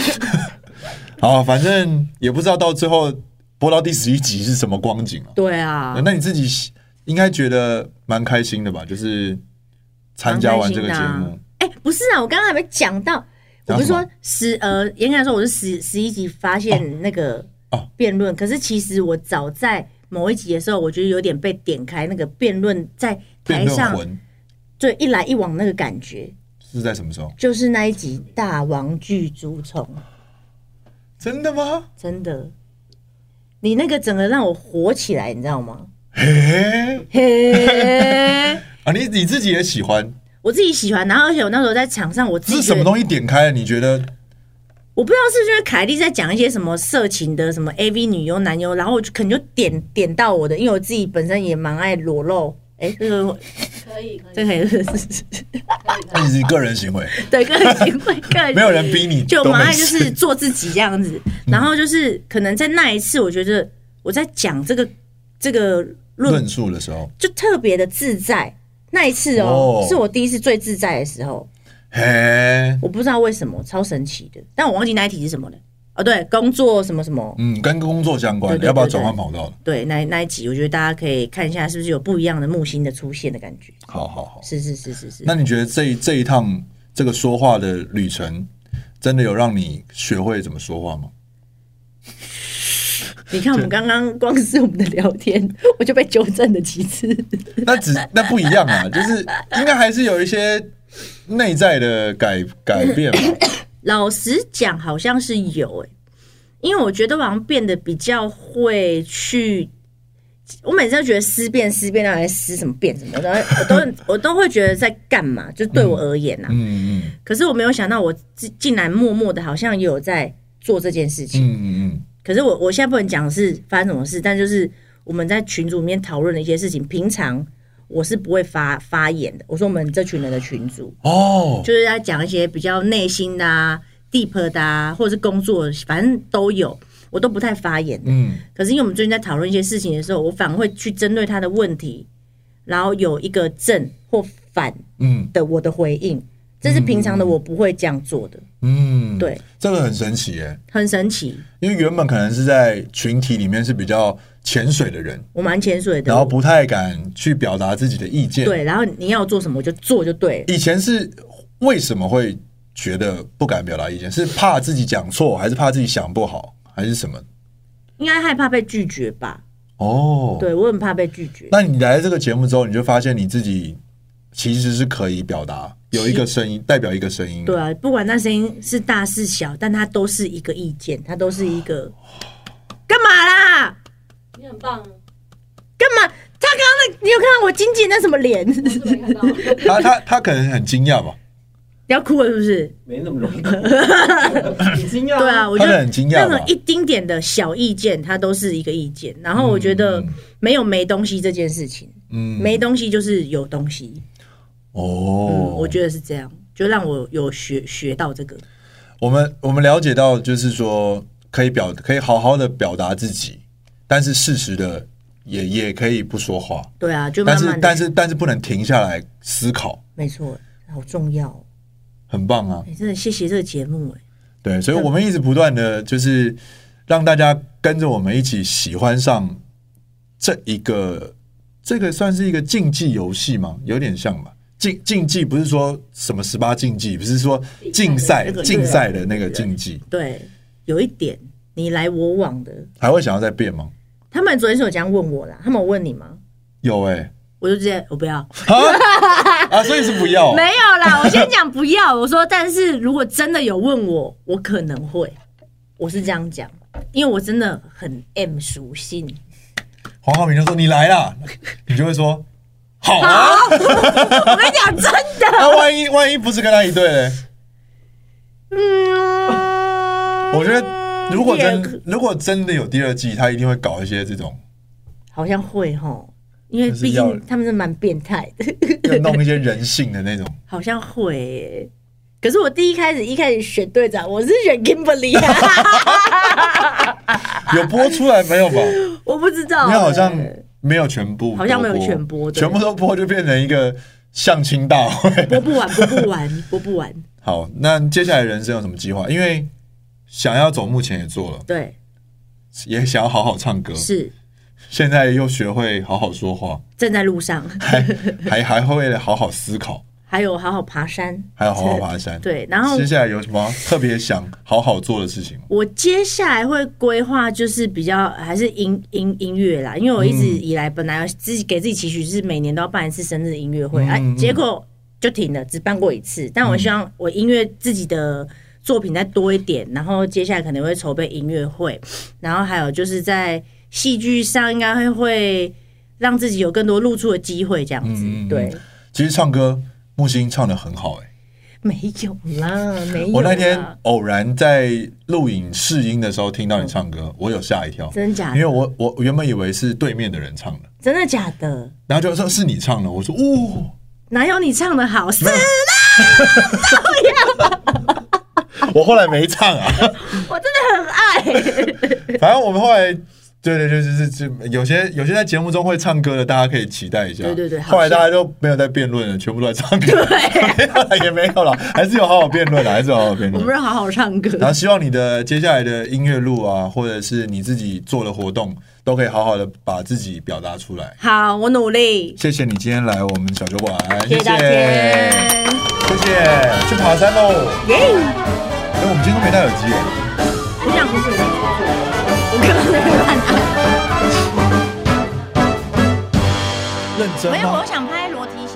[SPEAKER 1] 好，反正也不知道到最后播到第十一集是什么光景了、
[SPEAKER 2] 对啊，
[SPEAKER 1] 那你自己应该觉得蛮开心的吧？就是参加完这个节
[SPEAKER 2] 蛮开
[SPEAKER 1] 目
[SPEAKER 2] 心，哎、不是啊，我刚刚还没讲到，我不是
[SPEAKER 1] 讲什
[SPEAKER 2] 说十呃，严格来说我是十十一集发现那个
[SPEAKER 1] 哦
[SPEAKER 2] 辩论，可是其实我早在某一集的时候，我觉得有点被点开那个辩论在
[SPEAKER 1] 辩
[SPEAKER 2] 台
[SPEAKER 1] 论
[SPEAKER 2] 上
[SPEAKER 1] 魂
[SPEAKER 2] 对一来一往那个感觉，
[SPEAKER 1] 是在什么时候？
[SPEAKER 2] 就是那一集《大王巨猪虫》，
[SPEAKER 1] 真的吗？
[SPEAKER 2] 真的，你那个整个让我火起来，你知道吗？
[SPEAKER 1] 嘿，
[SPEAKER 2] 嘿，
[SPEAKER 1] 啊，你你自己也喜欢，
[SPEAKER 2] 我自己喜欢，然后而且我那时候在场上，我自己
[SPEAKER 1] 是
[SPEAKER 2] 觉
[SPEAKER 1] 什
[SPEAKER 2] 得
[SPEAKER 1] 么东西点开了？你觉得
[SPEAKER 2] 我不知道是不是因为凯莉在讲一些什么色情的什么 AV 女优男优，然后我就可能就点点到我的，因为我自己本身也蛮爱裸露。哎，这个
[SPEAKER 5] 可以可以
[SPEAKER 2] 这个也是 是是
[SPEAKER 1] 那是个人行为，
[SPEAKER 2] 对个人行为，个人
[SPEAKER 1] 没有人逼你，
[SPEAKER 2] 就
[SPEAKER 1] 都
[SPEAKER 2] 蛮
[SPEAKER 1] 没
[SPEAKER 2] 爱就
[SPEAKER 1] 事嗯
[SPEAKER 2] 是做自己这样子。然后就是可能在那一次，我觉得我在讲这个这个 论
[SPEAKER 1] 论述的时候，
[SPEAKER 2] 就特别的自在。那一次哦
[SPEAKER 1] 哦，
[SPEAKER 2] 是我第一次最自在的时候，
[SPEAKER 1] 嘿，
[SPEAKER 2] 我不知道为什么超神奇的，但我忘记那一题是什么了。哦，对，工作什么什么，
[SPEAKER 1] 嗯，跟工作相关
[SPEAKER 2] 对
[SPEAKER 1] 的，
[SPEAKER 2] 对
[SPEAKER 1] 要不要
[SPEAKER 2] 对
[SPEAKER 1] 转换
[SPEAKER 2] 对
[SPEAKER 1] 跑道了？
[SPEAKER 2] 对，那那一集，我觉得大家可以看一下，是不是有不一样的木星的出现的感觉？
[SPEAKER 1] 好好好。
[SPEAKER 2] 是是是是是。
[SPEAKER 1] 那你觉得这一这一趟这个说话的旅程，真的有让你学会怎么说话吗？
[SPEAKER 2] 你看我们刚刚光是我们的聊天， 我就被纠正了几次。
[SPEAKER 1] 那只那不一样啊，就是应该还是有一些内在的改改变 吧。
[SPEAKER 2] 老实讲，好像是有诶、欸因为我觉得我好像变得比较会去。我每次都觉得思辨思辨到底在思什么辨什么，我都我都我都会觉得在干嘛，就对我而言呐、啊。
[SPEAKER 1] 嗯嗯
[SPEAKER 2] 可是我没有想到，我自竟然默默的，好像也有在做这件事情。
[SPEAKER 1] 嗯嗯
[SPEAKER 2] 可是我我现在不能讲是发生什么事，但就是我们在群组里面讨论的一些事情，平常我是不会发发言的。我说我们这群人的群组，
[SPEAKER 1] 嗯，哦，
[SPEAKER 2] 就是在讲一些比较内心的啊、deep 的啊，或者是工作，反正都有，我都不太发言的。
[SPEAKER 1] 嗯，
[SPEAKER 2] 可是因为我们最近在讨论一些事情的时候，我反而会去针对他的问题，然后有一个正或反
[SPEAKER 1] 嗯
[SPEAKER 2] 的我的回应，这是平常的我不会这样做的，
[SPEAKER 1] 嗯，
[SPEAKER 2] 对，
[SPEAKER 1] 这个很神奇耶，
[SPEAKER 2] 很神奇。
[SPEAKER 1] 因为原本可能是在群体里面是比较潜水的人，
[SPEAKER 2] 我蛮潜水的，
[SPEAKER 1] 然后不太敢去表达自己的意见。，
[SPEAKER 2] 对，然后你要我做什么我就做就对了。
[SPEAKER 1] 以前是为什么会觉得不敢表达意见？是怕自己讲错，还是怕自己想不好，还是什么？
[SPEAKER 2] 应该害怕被拒绝吧？
[SPEAKER 1] 哦，
[SPEAKER 2] 对我很怕被拒绝。
[SPEAKER 1] 那你来这个节目之后，你就发现你自己其实是可以表达，有一个声音代表一个声音。
[SPEAKER 2] 对，啊，不管那声音是大是小，但它都是一个意见，它都是一
[SPEAKER 1] 哦
[SPEAKER 2] 个干嘛啦？
[SPEAKER 5] 你很棒，啊
[SPEAKER 2] 干嘛？他刚刚那，你有看到我经纪人那什么脸？
[SPEAKER 5] 我是没看到。
[SPEAKER 1] 他
[SPEAKER 5] 啊
[SPEAKER 1] 他他可能很惊讶吧，
[SPEAKER 2] 要哭了是不是？
[SPEAKER 6] 没那么容易， 很惊讶。
[SPEAKER 2] 对啊，，我觉
[SPEAKER 1] 他可能
[SPEAKER 2] 得
[SPEAKER 1] 很惊讶
[SPEAKER 2] 任何
[SPEAKER 1] 吧。
[SPEAKER 2] 一丁点的小意见，它都是一个意见。然后我觉得没有没东西这件事情，
[SPEAKER 1] 嗯，
[SPEAKER 2] 没东西就是有东西。嗯，
[SPEAKER 1] 哦，
[SPEAKER 2] 我觉得是这样，就让我有学学到这个。
[SPEAKER 1] 我们我们了解到，就是说可以表可以好好的表达自己，但是适时的也也可以不说话，
[SPEAKER 2] 对啊，就
[SPEAKER 1] 但
[SPEAKER 2] 慢
[SPEAKER 1] 是
[SPEAKER 2] 慢的，
[SPEAKER 1] 但是但是不能停下来思考，
[SPEAKER 2] 没错，好重要、哦。
[SPEAKER 1] 很棒啊。
[SPEAKER 2] 哎、真的谢谢这个节目哎、
[SPEAKER 1] 对，所以我们一直不断的就是让大家跟着我们一起喜欢上这一个，这个算是一个竞技游戏吗？有点像吧。竞竞技不是说什么十八竞技，不是说竞赛
[SPEAKER 2] 那个
[SPEAKER 1] 竞赛的那个竞技，
[SPEAKER 2] 对，有一点你来我往的。
[SPEAKER 1] 还会想要再变吗？
[SPEAKER 2] 他们昨天是有这样问我啦，他们有问你吗？
[SPEAKER 1] 有哎、
[SPEAKER 2] 我就直接我不要，
[SPEAKER 1] 啊，所以是不要
[SPEAKER 2] 没有啦，我先讲不要。我说，但是如果真的有问我，我可能会，我是这样讲，因为我真的很 M 属性，
[SPEAKER 1] 黄浩明就说你来啦，你就会说好啊。
[SPEAKER 2] 我跟你讲真的，
[SPEAKER 1] 那万一万一不是跟他一队嘞？我觉得如果真如果真的有第二季，他一定会搞一些这种，
[SPEAKER 2] 好像会吼，因为
[SPEAKER 1] 就是
[SPEAKER 2] 毕
[SPEAKER 1] 要
[SPEAKER 2] 竟他们是蛮变态的，
[SPEAKER 1] 要弄一些人性的那种。
[SPEAKER 2] 好像会、欸。可是我第一开始一开始选队长，我是选 Kimberly，、啊
[SPEAKER 1] 有播出来没 有吧？
[SPEAKER 2] 我不知道、
[SPEAKER 1] 因为好像
[SPEAKER 2] 欸
[SPEAKER 1] 没有全部都播，
[SPEAKER 2] 好像没有全播对
[SPEAKER 1] 全部都播就变成一个相亲大会。
[SPEAKER 2] 播不完，播不完，播不完。
[SPEAKER 1] 好，那接下来人生有什么计划？因为想要走，目前也做了，
[SPEAKER 2] 对，
[SPEAKER 1] 也想要好好唱歌，
[SPEAKER 2] 是
[SPEAKER 1] 现在又学会好好说话，
[SPEAKER 2] 正在路上，
[SPEAKER 1] 还还还会好好思考，
[SPEAKER 2] 还有好好爬山，
[SPEAKER 1] 还有好好爬山。
[SPEAKER 2] 对，然后
[SPEAKER 1] 接下来有什么特别想好好做的事情吗？
[SPEAKER 2] 我接下来会规划，就是比较还是音音音乐啦，因为我一直
[SPEAKER 1] 嗯
[SPEAKER 2] 以来本来自己给自己期许是每年都要办一次生日音乐会，
[SPEAKER 1] 嗯
[SPEAKER 2] 哎、
[SPEAKER 1] 嗯
[SPEAKER 2] 结果就停了，只办过一次。但我希望我音乐自己的作品再多一点，然后接下来可能会筹备音乐会，然后还有就是在戏剧上应该会会让自己有更多露出的机会，这样子。
[SPEAKER 1] 嗯嗯嗯
[SPEAKER 2] 对，
[SPEAKER 1] 其实唱歌，木星唱的很好、欸，
[SPEAKER 2] 没有啦，没有啦。
[SPEAKER 1] 我那天偶然在录影试音的时候听到你唱歌，我有吓一跳，
[SPEAKER 2] 嗯真假
[SPEAKER 1] 因为
[SPEAKER 2] 的？
[SPEAKER 1] 我我我原本以为是对面的人唱的，
[SPEAKER 2] 真的假的？
[SPEAKER 1] 然后就说是你唱的，我说 哦，
[SPEAKER 2] 哪有你唱的好？是
[SPEAKER 1] 我后来没唱啊，
[SPEAKER 2] 我真的很爱。
[SPEAKER 1] 反正我们后来。对对对，就是就有些有些在节目中会唱歌的，大家可以期待一下。
[SPEAKER 2] 对对对好
[SPEAKER 1] 后来大家就没有在辩论了，全部都在唱歌。对， 也没有了，还是有好好辩论的，还是有好好辩
[SPEAKER 2] 我
[SPEAKER 1] 论
[SPEAKER 2] 们。要好好唱歌。
[SPEAKER 1] 然后希望你的接下来的音乐路啊，或者是你自己做的活动，都可以好好的把自己表达出来。
[SPEAKER 2] 好，我努力。
[SPEAKER 1] 谢谢你今天来我们小酒馆，
[SPEAKER 2] 谢谢大家，
[SPEAKER 1] 谢谢，去爬山喽！
[SPEAKER 2] 耶！
[SPEAKER 1] 哎，我们今天都没戴耳机耶。
[SPEAKER 2] 我想不是我刚刚在乱按。
[SPEAKER 1] 认真
[SPEAKER 2] 没有，
[SPEAKER 1] 吗
[SPEAKER 2] 我？想拍裸体小